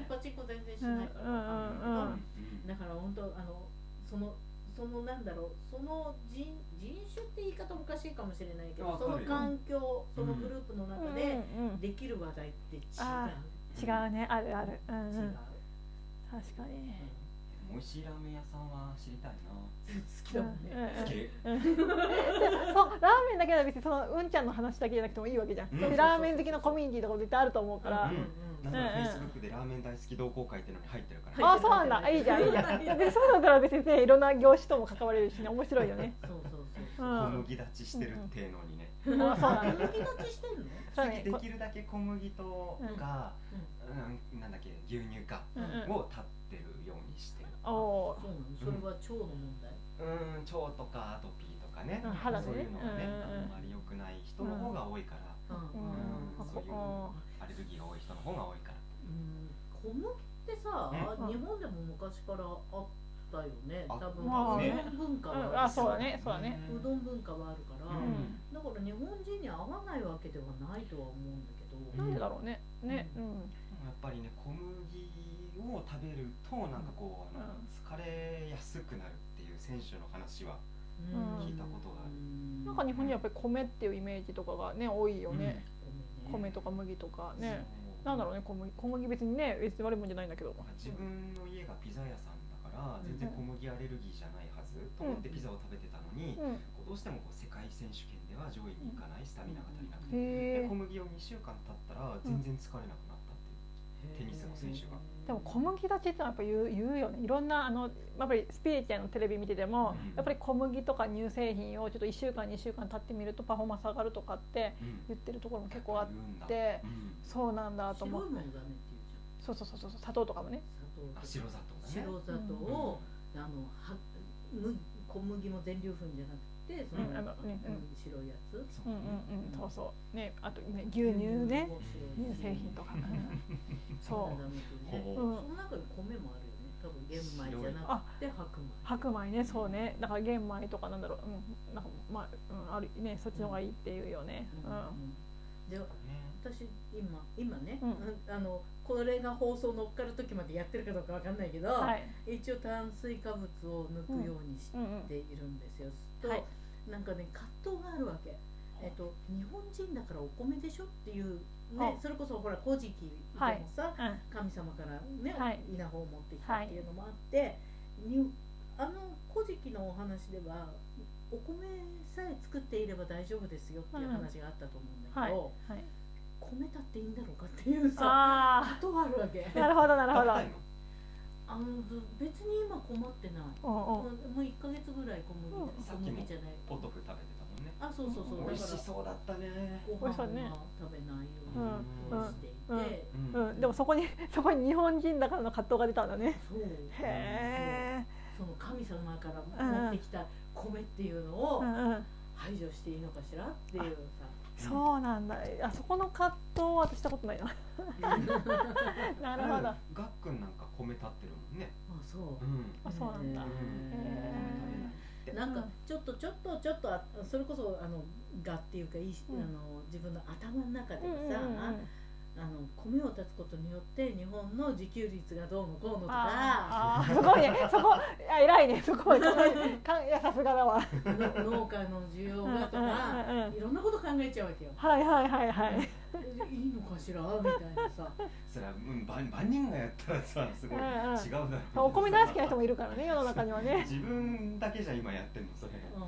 A: 私
B: ー
A: もパチンコ全然しないからわかんないけど、
B: うんうんうん
A: だから本当あのそのそのなんだろうその人人種って言い方おかしいかもしれないけど
C: わか
A: そ
C: るよ
A: の環境そのグループの
B: うんう
A: 中
B: ん
A: で
B: うん
A: できる話題って違う、
B: あ違うねあるあるうん
A: 違
B: う
A: う、うん
B: ん確かに
C: 美味しいラーメン屋さんは知りたいな
A: 好きだもん
B: うんう
A: ね、
B: んうん
C: 好き
B: (laughs) そうラーメンだけじゃなくてそのうんちゃんの話だけじゃなくてもいいわけじゃん、
C: うん
B: ラーメン好きのコミュニティとかも絶対あると思うから、
C: うん
A: うん
C: だから
B: うんうん
C: Facebook でラーメン大好き同好会ってのに入ってるからね
B: ああそうなんだいいじゃんいいじゃんでそういうのから別にねいろんな業種とも関われるしね面白いよね、
A: そうそう
B: う
A: そ
B: ん、
A: う
C: 小
B: あ
C: 麦立ちしてるっていうのにね
B: そうなんだ
A: 抜き立ちしてんの
B: そう
C: で
B: ねこ
C: きるだけ小麦とか、うんなんだっけ牛乳か
B: うんうん
C: を立ってるようにしてる
B: おお
A: そうなのそれは腸の問題、
C: うん腸とかアトピーとかね
B: うん肌で
C: そういう
B: ね
C: のがね
B: うんうんうん
C: あんまり良くない人の方が多いから
A: うん
C: うん
B: うんうん
C: そういうアレルギーが多い人の方が多いから
A: 小麦ってさ、
B: うん
A: 日本でも昔からあったよね
C: あ
A: 多分、
B: まあ
A: う
C: ね
A: どん文化
B: うん
A: は
B: あそうだねそうだね
A: うどん文化はあるから、
C: うん
A: だから日本人に合わないわけではないとは思うんだけど、
C: う
B: なんんでだろうねねうん
C: やっぱりね小麦を食べるとなんかこうあの
B: うん
C: 疲れやすくなるっていう選手の話は
B: うん聞い
C: たことがある
A: る
B: なんか日本にはやっぱり米っていうイメージとかがね多いよね、
A: 米
B: 米
A: ね
B: とか麦とかね
C: そう
B: なんだろうね小麦小麦別にね別に悪いもんじゃないんだけど
C: 自分の家がピザ屋さんだから全然小麦アレルギーじゃないはずと思ってピザを食べてたのに、
B: うん
C: こうどうしてもこう世界選手権では上位に行かないスタミナが足りなくて、で
B: へえ
C: 小麦を2週間経ったら全然疲れなくなったっていう、テ
B: へ
C: ニスの選手が。
B: でも小麦立ちってのはやっぱ言う言うよねいろんなあのやっぱりスピリチュアルのテレビ見てても
C: うん
B: やっぱり小麦とか乳製品をちょっと1週間2週間経ってみるとパフォーマンス上がるとかって
C: うん
B: 言ってるところも結構あっ
C: 言うんだ
B: て
C: うん
B: そうなんだと
A: 白い
B: 思
A: も
B: っ
A: の
B: て
A: ダメっていうじ
B: そうそうそうそう砂糖とかもね
A: ゃ
C: あ
A: ん砂
C: 白砂糖
A: 糖
C: だね。
A: 白砂糖
C: うん
A: を、あのはむ小麦も全粒粉じゃなくてその、
B: うんあのうんうん
A: 白いやつ
C: そう
B: うんうんうんそうそうねあとね牛乳ね乳製品
A: (laughs)
B: とかうんそ
A: そう
B: う
A: ダメっていうね
C: ほう
B: う
C: ほ
B: ん
A: その中に米もあるよね多分玄米じゃなくて白米
B: 白米ねそうねだから玄米とかなんだろううんなんかまあうんあるねそっちの方がいいっていうよね
A: う
B: うん
A: うん
B: ん
A: で
C: うね
A: 私今今ね、
B: うん
A: あのこれが放送乗っかる時までやってるかどうかわかんないけど、
B: はい
A: 一応炭水化物を抜くようにし
B: うんうん
A: ているんですよ、と、
B: はい
A: なんかね葛藤があるわけ、えっと、日本人だからお米でしょっていう、ね
B: あ、
A: それこそほら「古事記」でもさ、
B: うん
A: 神様からね、
B: はい
A: 稲穂を持ってきたっていうのもあって、にあの「古事記」のお話ではお米さえ作っていれば大丈夫ですよっていう話があったと思うんだけど、
B: はいはい
A: 米だっていいんだろうかっていうさ
B: あ
A: ことがあるわ
B: (laughs)
A: け
B: あなるほどなるほど
C: 硬いの
A: あの別に今困ってない
B: うんうん
A: もうもう1ヶ月ぐらい小麦
B: うん
A: 小麦じゃない
C: ポトフ食べてたもんね。
A: あそうそうそう
C: 美
A: だ
C: 味
A: か
C: し
A: ら
C: そうだったね。
A: ご飯
B: 美味しそうね
A: は食べないよ
C: うん
A: うにしていて、
B: うんうん
C: うん
B: うん、で (laughs) もそこにそこに日本人だからの葛藤が出たんだね
A: そう
B: へえ
A: その神様から持ってきた米っていうのを
B: うんうん
A: 排除していいのかしらっていうさ
B: そうなんだあそこの葛藤は私したことないな (laughs) なるほど
C: あ。ガックンなんか米立ってるもんね。。
A: あそううん
B: あそうなんだ
A: へ
C: へー
A: なんかちょっとちょっとちょっとあそれこそあのがっていうかいいし、
B: うん
A: あの自分の頭の中で
B: うんうんうん
A: さ、あの米を断つことによって日本の自給率がどうのこうのとか
B: あーあーすごいねそこあ偉いねすごいか (laughs) んいやさすがだわ
A: の農家の需要がとか
B: うんうんうん
A: いろんなこと考えちゃうわけよ
B: はいはいはいはい
A: いいのかしらみたいなさ
C: それはうん万万人がやったらさすごい
B: うんうん
C: 違うだろうね。
B: お米大好きな人もいるからね世の中にはね
C: 自分だけじゃ今やってんのそれ。で
A: うん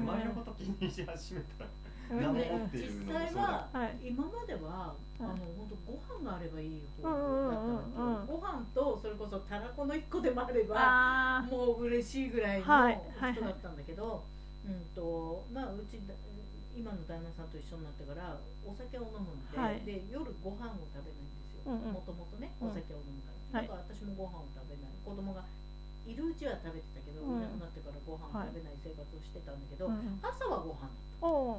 A: うん
C: 周りのこと気にし始めたら。
B: うん
C: な
B: う
C: る
B: ん
C: ほ
B: う
C: ど
B: ん
C: っていうのも
A: 実際
C: そうだ
A: は
B: はい
A: 今まではあの
B: うん
A: 本当ご飯があればいい方
B: うん
A: 法
B: う
A: だ
B: ん
A: っ
B: うん
A: たの
B: うん
A: けどご飯とそれこそたらこの一個でもあれば
B: あ
A: もう嬉しいぐらいの人
B: はいはい
A: だったんだけどうんとまあうちだ今の旦那さんと一緒になってからお酒を飲むんで,、
B: はい
A: で夜ご飯を食べないんですよ
B: うんうん
A: もともとね
B: うん
A: お酒を飲むから、
B: はい
A: だから私もご飯を食べない子供がいるうちは食べてたけど、
B: うん
A: いなくなってからご飯を食べない生活をしてたんだけ
B: ー
A: ど、
B: うん
A: 朝はご飯
B: おー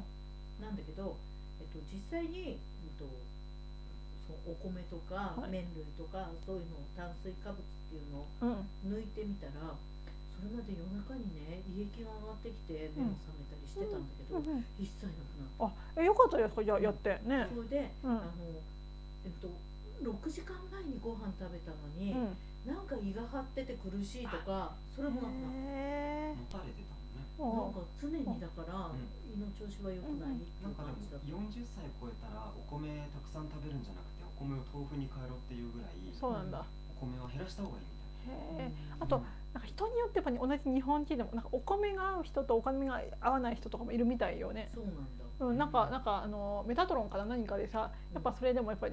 A: なんだけど、えっと、実際に、えっと、そのお米とか
B: はい
A: 麺類とか、そういうのを炭水化物っていうのを
B: うん
A: 抜いてみたらそれまで夜中にね胃液が上がってきて目
B: う
A: も
B: ん
A: 覚めたりしてたんだけ
B: う
A: ど、
B: んうん
A: 一切なくなっ
B: あえよかったですかじゃあやってね
A: た、それで、
B: うん
A: あのえっと6時間前にご飯食べたのに、
B: うん
A: なんか胃が張ってて苦しいとかそれもなくなった
B: へえ
C: 持たれてたもんね。
A: なん
B: おお
A: か常にだか
C: う
A: ら
C: ん
A: 胃の調子は良くないってい
C: なん
A: う
C: かでも
A: 感じだった。
C: 40歳超えたらお米たくさん食べるんじゃなくてお米を豆腐に変えろっていうぐらい
B: そうなんだ。
C: お米は減らした方がいいみたいな。
B: へえ。あとなんか人によってやっぱり同じ日本人でもなんかお米が合う人とお米が合わない人とかもいるみたいよね。
A: そうなんだ
B: うん、なんかなんかあのメタトロンかな何かでさやっぱそれでもやっぱり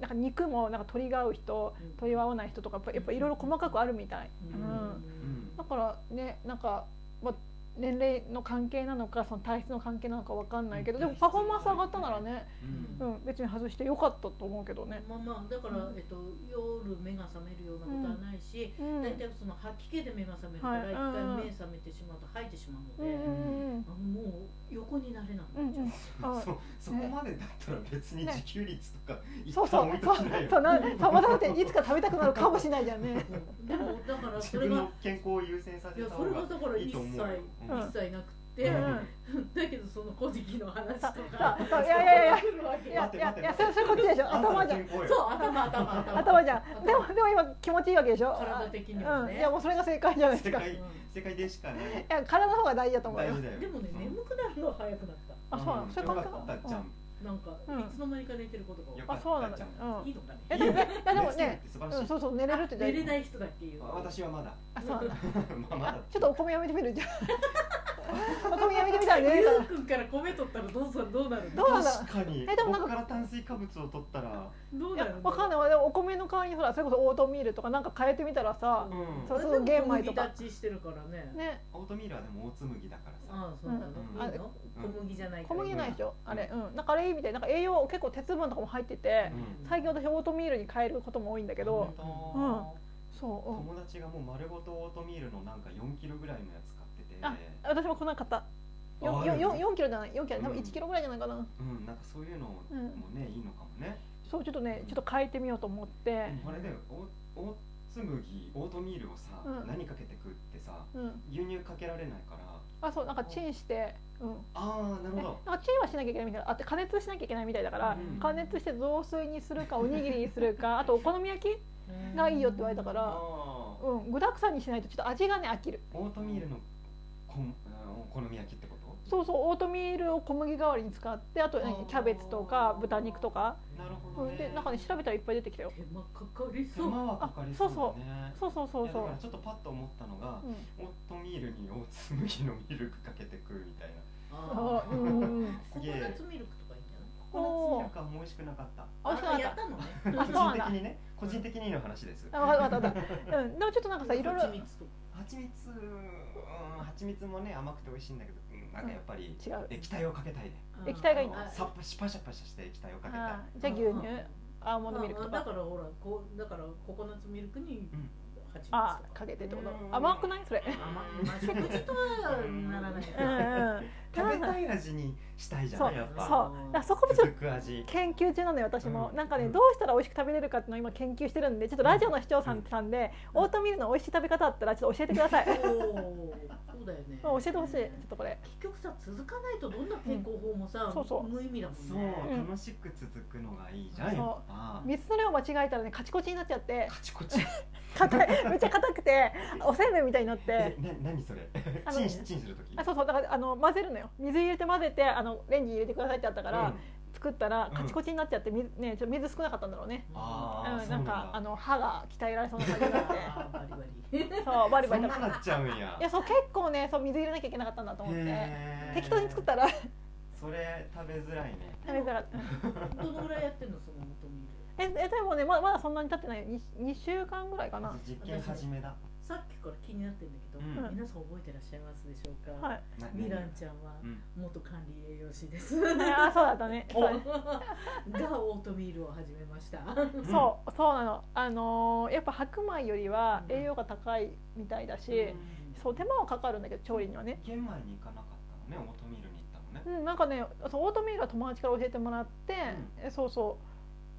B: なんか肉もなんか鳥が合う人
A: うん
B: 鳥は合わない人とかやっぱやっぱいろいろ細かくあるみたい。
A: う
B: うんん、
C: うん
B: だからねなんか、まあ、年齢の関係なのかその体質の関係なのかわかんないけどでもパフォーマンス上がったならね、
C: うん
B: うん、別に外してよかったと思うけどね。
A: まあまあだから、
B: うん
A: えっと、夜目が覚めるようなことはないし、
B: うん、
A: 大体その吐き気で目が覚めるから
B: は
A: 一
B: いうん
A: 回目覚めてしまうと吐いてしまうの
B: うんう
A: で、
B: んうん
A: あもう横になれなくなっちゃう、
B: うんうんあ
C: そうそこまでだったら別に自給率とか一
B: そうそ
C: 旦
B: う
C: 置い、と
B: そう
C: きなよ
B: そうな、そうまただっていつか食べたくなるかもしれないじゃんね。
A: うんでもだから
C: 自
A: それ
C: 分
A: が
C: の健康を優先さ
A: い
C: せ
A: や
C: た
A: そ
C: 方
A: れがだから
C: がいい
A: 一
C: と
A: 切、
C: 思うよ
B: うん
A: 一切なく
B: う
A: て、
B: ん
A: だけどその古事記の話とか
B: (laughs) そうそういやいやいや
A: 来るわけ
B: い
A: よ
B: やいやいやそうそういうことでしょ。頭じゃん。
A: そう頭頭頭
B: 頭じゃん。でもでも今気持ちいいわけでしょ。
A: 体的には
B: う
A: ね
B: ん。いやもうそれが正解じゃないで
C: 世
B: すか。
C: 界
B: い
C: 世界でしかね
B: や体の方が大事だと思う
C: 大
B: よ
C: 事。だよ
A: でもね眠くなるのは早くなった
B: あそうなの。それ
C: よ
B: 感
C: か
B: 覚
C: ったじゃん
A: なんか、
B: うん
A: いつの間にか寝てることが多い
C: よ
B: あそうなんだ。う
A: い
B: ん。
A: いのかね
B: えでもねいやでもね、
C: 素晴ら
B: う
C: し
B: ん
C: い
B: そうそう寝れるって
A: 寝
B: 大
A: れ
B: 事。
A: ない人だっけいう
C: 私はまだ (laughs)
B: あそうなんだ。
C: まあま
B: あ
C: だ
B: ちょっとお米やめてみるじゃ (laughs) お米やめてみたらね
A: ゆうくんから米取ったらどうさどうなる
B: どうなの
C: 確かに
B: えでもなんか
C: 僕から炭水化物を取ったら、
A: どう
B: い
A: な
B: や
A: る
B: わかんないわでもお米の代わりにほらそれこそオートミールとかなんか変えてみたらさ、
C: うん
B: そうそう玄米とか
A: 小麦立ちしてるからね
B: ね
C: オートミールはでも大紬だからさ、
A: ああそうなの、
C: うん
A: いいの小麦じゃないか
B: 小
A: ら
B: 麦ないでしょ、
C: うん
B: あれうんなんかあれいいみたいなんか栄養結構鉄分とかも入ってて、
C: うん
B: 最近私オートミールに変えることも多いんだけど、
C: 本当
B: そう、うん
C: 友達がもう丸ごとオートミールのなんか4キロぐらいのやつ買ってて
B: あ私もこんなの買った
C: あ
B: よよ
C: る
B: よ4キロじゃない4キロ多分
C: うん
B: 1キロぐらいじゃないかな、
C: うん、なんかそういうのもね、いいのかもね、
B: そうちょっとねちょっと変えてみようと思って、
C: あれだよお大紬オートミールをさ、
B: うん
C: 何かけて食ってさ
B: うん
C: 牛乳かけられないから
B: あそうなんかチンして、うん、
C: ああなるほ
B: えなん
C: ど
B: かチンはしなきゃいけないみたいなあ加熱しなきゃいけないみたいだから、
C: うん
B: 加熱して雑炊にするかおにぎりにするかあとお好み焼き、
A: うん
B: がいいよって言われたから
C: あー
B: うん、具沢山にしないとちょっと味がね飽きる
C: オートミールのこんあのお好み焼きってこと
B: そうそうオートミールを小麦代わりに使ってあと
C: あ
B: 何
C: ー
B: キャベツとか豚肉とか、
C: なるほ
B: う
C: ど
B: ん、
C: ね
B: でなんかね調べたらいっぱい出てきたよ
A: 手間かかり
C: 手
A: そう
C: 間はかかりそうだね
B: そうそうそうそ
C: いうやだからちょっとパッと思ったのが、
B: うん
C: オートミールにオーツ麦のミルクかけて食うみたいな
B: あーうんう
A: (laughs)
B: んうん
A: コ
C: す
A: コ
C: げ
A: ナッ
C: え
A: ツミルクとかいいんじゃない
C: ココナッツミルクはもう美味しくなかった
B: 美味しくな
A: あやっ
B: かっ
A: た
B: た
A: のね
C: 個
B: あそ
C: 人
B: うなんだ
C: 的にね個人的にの話です
B: あ分かった分かった分かった、うん、でもちょっとなんかさいろいろ
A: 蜂蜜とか
C: 蜂蜜うん蜂蜜もね甘くて美味しいんだけど、うん、なんかやっぱり
B: 違う
C: 液体をかけたいね
B: 液体がいいん
C: あ
B: だ
C: のさっぱシパシャパシャした液体をかけたい
B: あーじゃあ牛乳アーモンドミルクと
A: まあだ
B: か
A: からほらこうだからココナッツミルクに
C: うん
A: 蜂蜜と
B: あ
A: か
B: ーかけてってこと
C: うん
B: 甘くないそれ
A: あまあまあ食事とはならないけ
B: う
A: ど
B: んうん
C: 食べたい味にしたいじゃ
B: そ
C: な
B: う
C: いやっ
B: そうだ
C: ぱ
B: からそこもちょっ
C: 続
B: と
C: く味
B: 研究中なのよ私も、
C: うん
B: なんかね
C: うん
B: どうしたら美味しく食べれるかっていうのを今研究してるんでちょっとラジオの視聴者さんで、
A: うん
B: オートミールの美味しい食べ方あったらちょっと教えてください、 (laughs)
A: おーそうだよね
B: 教えてほしいちょっとこれ
A: 結局さ続かないとどんな健康法もさ、
B: うんそうそう
A: 無意味だもんね
C: そう
B: うん
C: 楽しく続くのがいいじゃん
B: そう
C: やっぱ
B: 水の量間違えたらねカチコチになっちゃって
C: カチコチ
B: 硬
C: (laughs)
B: いめっちゃ硬くておせんべいみたいになっ
C: え
B: て
C: (laughs) な何それ
B: あの
C: チンしチンするとき
B: あそうそうだからあの混ぜるのよ水入れて混ぜてあのレンジに入れてくださいってあったから、
C: うん
B: 作ったらカチコチになっちゃって、水ねちょっと水少なかったんだろうね
C: あー
B: う
C: そ
B: ん、
C: うな
B: なん
C: ん
B: か
C: だ
B: あの歯が鍛えられそうな感じに
C: (laughs)
B: なって
A: あーバリバリ
C: そ
B: そうバリバリ
C: ん
B: 食
C: な
B: べ
C: なっちゃうんや
B: いやそう結構ねそう水入れなきゃいけなかったんだと思って
C: へー
B: 適当に作ったら食
C: それ食べづらいね
B: べたらった (laughs)
A: どのぐらいやってんのその元ミル
B: ええでもねまだまだそんなに経ってないに2週間ぐらいかな
C: 実験始めだ
A: さっきから気になってんだけど、
C: うん
A: 皆さん覚えてらっしゃいますでしょうか、
B: はい、
C: な
A: ミランちゃんは
C: うん
A: 元管理栄養士です、
B: ねあそうだったねそうだ
A: (laughs)
B: ね
A: がオートミールを始めました
B: (laughs) そうそうなのあのーやっぱ白米よりは
A: うん
B: 栄養が高いみたいだし、そう手間はかかるんだけど調理にはね
C: 玄米に行かなかったのねオートミールに行ったのね
B: うんなんかねそうオートミールは友達から教えてもらって、えそうそう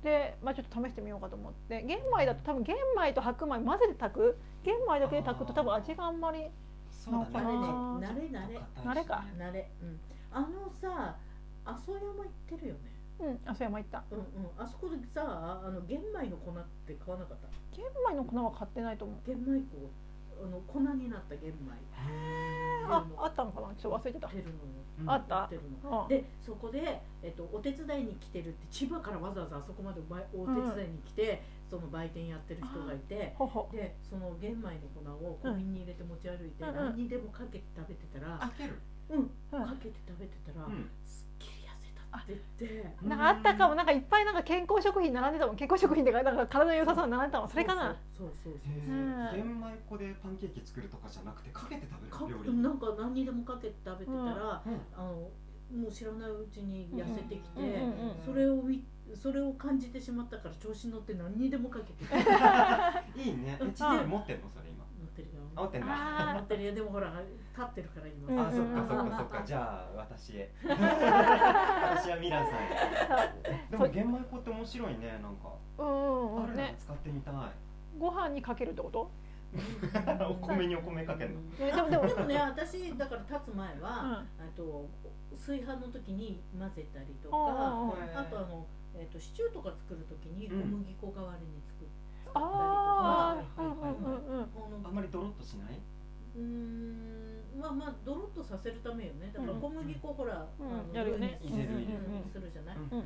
B: で、まあ、ちょっと試してみようかと思って玄米だと多分玄米と白米混ぜて炊く玄米だけで炊くと多分味があんまり
C: そうだね
B: あ
A: あれね
B: ー
A: 慣れ慣
C: 硬いし
A: れ
C: ね
B: 慣れか
A: 慣れ、うん、あのさ阿蘇山行ってるよね
B: うんあそう山行った
A: うんうんあそこでさあの玄米の粉って買わなかった
B: 玄米の粉は買ってないと思う
A: 玄米粉あの粉になった玄米
B: ああったのかなちょっと忘れてた
A: 売ってるのよ
C: うん
B: あった
A: 売ってるの
B: うん
A: でそこで、えっと、お手伝いに来てるって千葉からわざわざあそこまでおばいお手伝いに来て、その売店やってる人がいて
B: ほほ
A: でその玄米の粉を小瓶に入れて持ち歩いて、
B: うんうん
A: 何にでもかけて食べてたら
C: か、ける
A: うん
B: うん
A: かけて食べてたら、
C: うん
A: すっきり痩せたって言って
B: なんかあったかもなんかいっぱいなんか健康食品並んでたもん健康食品ってかなんか体の良さそうなの並んでたもんそれかな
A: そうそうそう
C: へー
B: うん
C: 玄米粉でパンケーキ作るとかじゃなくてかけて
A: か
C: 食べる料理
A: なんか何にでもかけて食べてたら、
B: うん
A: あ
C: うん
A: のもう知らないうちに痩せてきて、
B: うんうんうん
A: それをみそれを感じてしまったから調子に乗って何にでもかけて
C: (laughs) いいねえちなみに持ってんのそれ今
A: 乗ってるよ
C: あ持ってんだ
A: 乗
B: あ
A: ってるよでもほら立ってるから今、
B: うん
C: あそっかそっかそっかじゃあ私
B: (laughs)
C: へ私はミランさんへでも玄米粉って面白いねなんか
B: ーうんうん
C: あ
B: う
C: る
B: ん
C: の
B: ね
C: 使ってみたい
B: ご飯にかけるってこと
C: (laughs) お米にお米かけんの
B: ねでもでも
A: でもね私だから立つ前
B: う
A: は、
B: ん
A: あと炊飯の時に混ぜたりと
B: う
A: か
B: んうんうん
C: へー
A: あとあの、えー、とシチューとか作る時に小麦粉代わりに作る、
B: ああ
C: う
B: うんんうんうんうん
A: あの
C: あんまりドロッとしない
A: ーんまあまあドロッとさせるためよねだから
B: うん
A: 小麦粉ほら、
B: うん
A: あの
B: やるよね
A: 料理に
C: 入れる入れ
B: る
A: するじゃない、
C: うんうん
A: う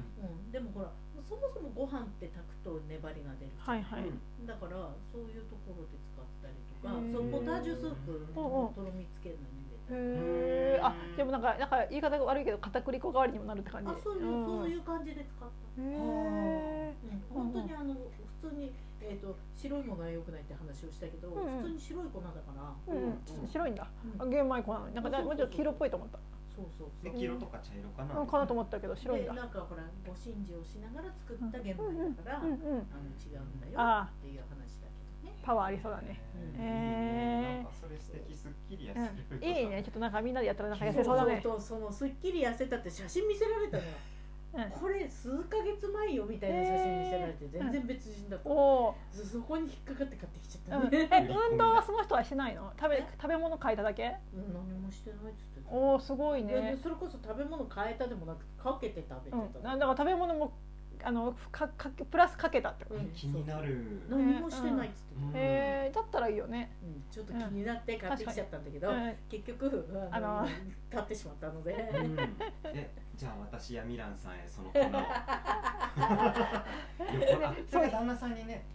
A: ん、でもほらそもそもご飯って炊くと粘りが出る
B: はいはい
A: だからそういうところで使ったりとか
B: へー
A: そのポタージュスープ
B: おうおう
A: とろみつけるのに入れた
B: へえあでもなんかなんか言い方が悪いけど片栗粉代わりにもなるって感じ
A: あそういう、
B: ん
A: そう
B: へ
A: いう感じで使った、
B: え
A: うん、本当にあの普通に、えー、と白いのが良くないって話をしたけど、
B: うんうん
A: 普通に白い粉だから、
B: うんうん白いんだ
A: うん
B: あ玄米粉なのになんかだもうちょっと黄色っぽいと思った
A: そうそうそ
C: で
A: う
C: 黄色とか茶色かな、
B: うんかなと思ったけど白いん
A: で
B: だ
A: なんかほらご神事をしながら作った玄米だから、
B: うんうん
A: あの違うんだよ
B: ああ
A: っていう話だけどね
B: パワーありそうだね
C: えな
B: へー
C: んかそれ素敵すっきりやす
B: う
C: る
B: ん、いいねちょっとなんかみんなでやったらなんか痩せそうだね
A: そうそうそうそのすっきり痩せたって写真見せられたのよ
B: うん
A: これ数ヶ月前よみたいな写真見せられて全然別人だった、
B: おお
A: そそこに引っかかって買ってきちゃ
B: ー、
A: (laughs) っ
B: う
A: た
B: ん、
A: ね、
B: え運動はその人はしないの食べ食べ物変えただけ
A: うん何もしてないっつってた
B: おおすごい
A: いや
B: ね、
A: それこそ食べ物変えたでもなくかけて食べて
B: うん、
A: た
B: なんだから食べ物もあのかかプラスかけたってこと
A: うん
C: (laughs) 気になる
A: 何もしてないっつってた、
C: うん
B: へえだったらいいよね、
A: うんちょっと気になって買ってきちゃったんだけ
B: う
A: ど、
B: ん、
A: 結局あの
B: あの
A: 買ってしまったので、
C: うんでじゃあ私やミランさんへその
B: (laughs)
C: 粉を横あそれが旦那さんにね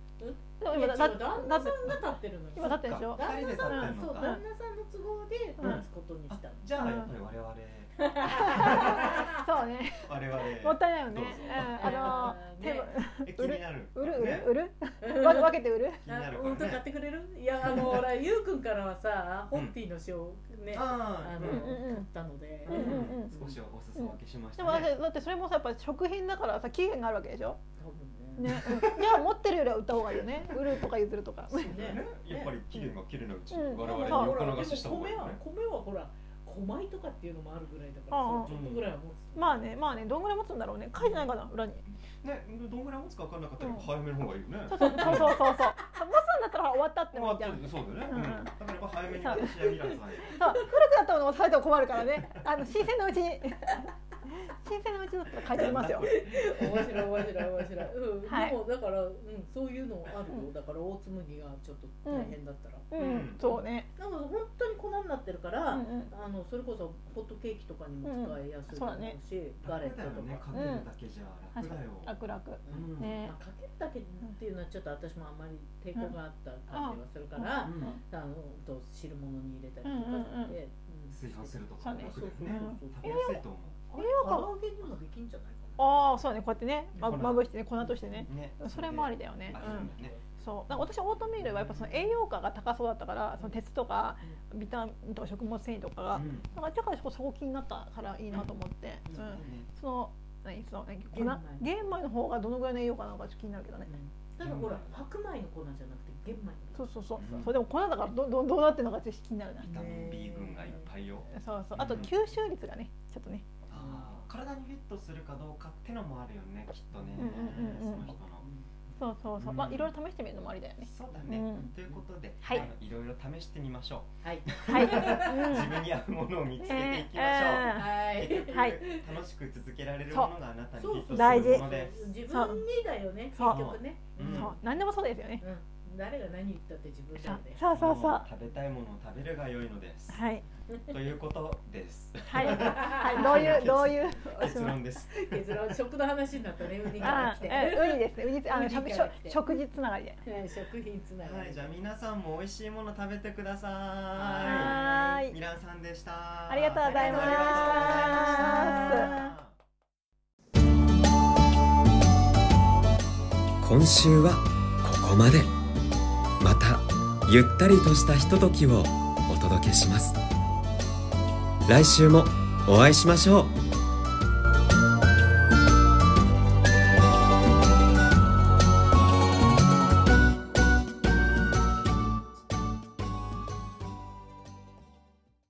B: そう
A: いや
B: 今
A: 違
B: だ
A: う
B: だ
A: 旦那
B: だ
A: さん
B: っ
A: が立
B: て
A: ってるのに
B: 今だってでし
C: そっ
B: ょ
C: か二人で立ってん
A: そ
C: の
A: う
C: か
A: 旦那さんの都合で
B: うん
A: 持つことに
C: あ
A: したの、
C: じゃあやっぱり我々
A: (laughs)
B: そうね
C: 我々
B: もったいないよね
C: どうぞ
B: うん、あの手
A: ね
C: え気になる
B: 売る売
C: ね
B: る
A: (laughs)
B: 売るわ分けて売る
C: 気にな
A: あ
C: る
A: 本当
C: か
A: 買
C: ら
A: っ
C: ね
A: てくれるいやあのほらゆうくんからはさホッピーの塩ね、買っ
C: あ
A: あ
C: ー
A: の
C: う
B: うんんうんうん
A: たので、
B: うんうんうん
C: 少しお裾分けしました
B: でもだっ
C: ね
B: てだってそれもさやっぱ食品だからさ期限があるわけでしょ
A: 多分ね
B: ね、うんじゃあ持ってるよりは売った方がいいよね売るとか譲るとか
A: そう
C: ね
A: ね
C: やっぱり期限が切れないうちに
B: うん
C: 我々
B: れ
A: まあ
C: に
A: ほ
C: 横
A: らでも
C: 流しした方がいい
A: 米
C: よ
A: は
C: ね
A: 米はほら小米とかっていうのもあるぐらいだからさ
B: ああ
A: ちょっとぐらいは持つ
B: まあねまあねどんぐらい持つんだろうね書いてないかな裏に
C: ねどんぐらい持つか分かんなかったら
B: うん
C: 早めの方がいいよね
B: そう (laughs) そうそうそうそうそう (laughs) あ持つんだったらほら終わったって
C: も
B: も
C: う
B: いいじゃん
C: そうだよね、
B: う
C: うん
B: ん
C: だからやっぱ早めに私やミランさんへ
B: そう古くなったものを押されても困るからねあの新鮮なうち (laughs) に新鮮なうちだったら書いてありますよ
A: 面白い面白い面白い、うん
B: はい
A: でもだから、うん、そういうのあるよ、
B: うん
A: だから大紬がちょっと大変だったら、
B: うん、
C: うん
B: そうね
A: なんか本当に粉になってるから、
B: うんうん
A: あのそれこそホットケーキとかにも使いやすいと思うし、ガレッ
C: 楽
A: ト
C: だよねか
A: とか、
C: けるだけじゃ楽だよ、
B: 楽々
C: うん
B: ね
A: まあ、かけるだけっていうのはちょっと私もあんまり抵抗があった感じがするか
C: うん
A: ら、あのと汁物に入れたりとかって、うん
C: 炊飯すると
B: そ
C: か
B: うね
C: 楽
A: そう
C: だよ
A: そうそう
C: ね
A: そう
C: 食べやすいと思
A: あれ唐揚げにもできんじゃないかな
B: ああそうだねこうやってねま
C: 粉
B: まぶしてね粉としてね
C: うね
B: それもあり
C: だ
B: だよね
C: あ
B: う
C: る
B: ん
C: んだね
B: そうなんか私オートミールはやっぱその栄養価が高そうだったからその鉄とかビタミンとか食物繊維とかが
C: うん
B: だからだからそこそこ気になったからいいなと思って、
A: う
B: うんん
A: うん
B: その何その何粉
A: 玄米
B: 玄米の方がどのぐらいの栄養価なのかちょっと気になるけどね、
A: ただほら白米の粉じゃなくて玄米の粉
B: そうそうそう、
C: うん
B: そうでも粉だからどどどうなってるのかちょっと気になるな、
C: ビタミン B 群がいっぱいよ
B: そうそうあと
C: うん
B: 吸収率がねちょっとね
C: あー体にフィットするかどうかってのもあるよねきっとね
B: うんうんうんう
C: そ
B: ん
C: の人の
B: そうそうそう、
C: うん
B: まあいろいろ試してみるのもありだよね
C: そうだね、
B: うん
C: ということで、
B: はい
C: あのいろいろ試してみましょ
A: はい、
B: (laughs) はい、う
C: う、
B: ん
C: 自分に合うものを見つけていきましょう、
B: ね
A: はい
B: んはい
C: 楽しく続けられるものがあなたにフィットす
B: 大事
C: るものです
A: 自分にだよね結
B: そう
A: 局ね
C: うん
A: うん
B: そう何でもそうですよね、
A: 誰が何言ったって自分だ
B: そ
A: よ
B: う
A: ね
B: そうそうそう
C: 食べたいものを食べるが良いのです、
B: はい
C: ということです
B: はいはいどういうどういう
C: 結論です
A: 結論食の話になったねウニが
B: あ
A: 来
B: ー
A: て、
B: えウニですねウニあ
A: ウ
B: の
A: ニから
B: 食
A: 来
B: 食
A: て
B: 食事つながりで
A: ね食品つなが
C: は
A: り
C: いじゃあ皆さんも美味しいもの食べてくださ
B: はい
C: ミランさんでした
B: ありがとうございます
C: ありがとうございました
D: 今週はここまでまたゆったりとしたひとときをお届けします来週もお会いしましょう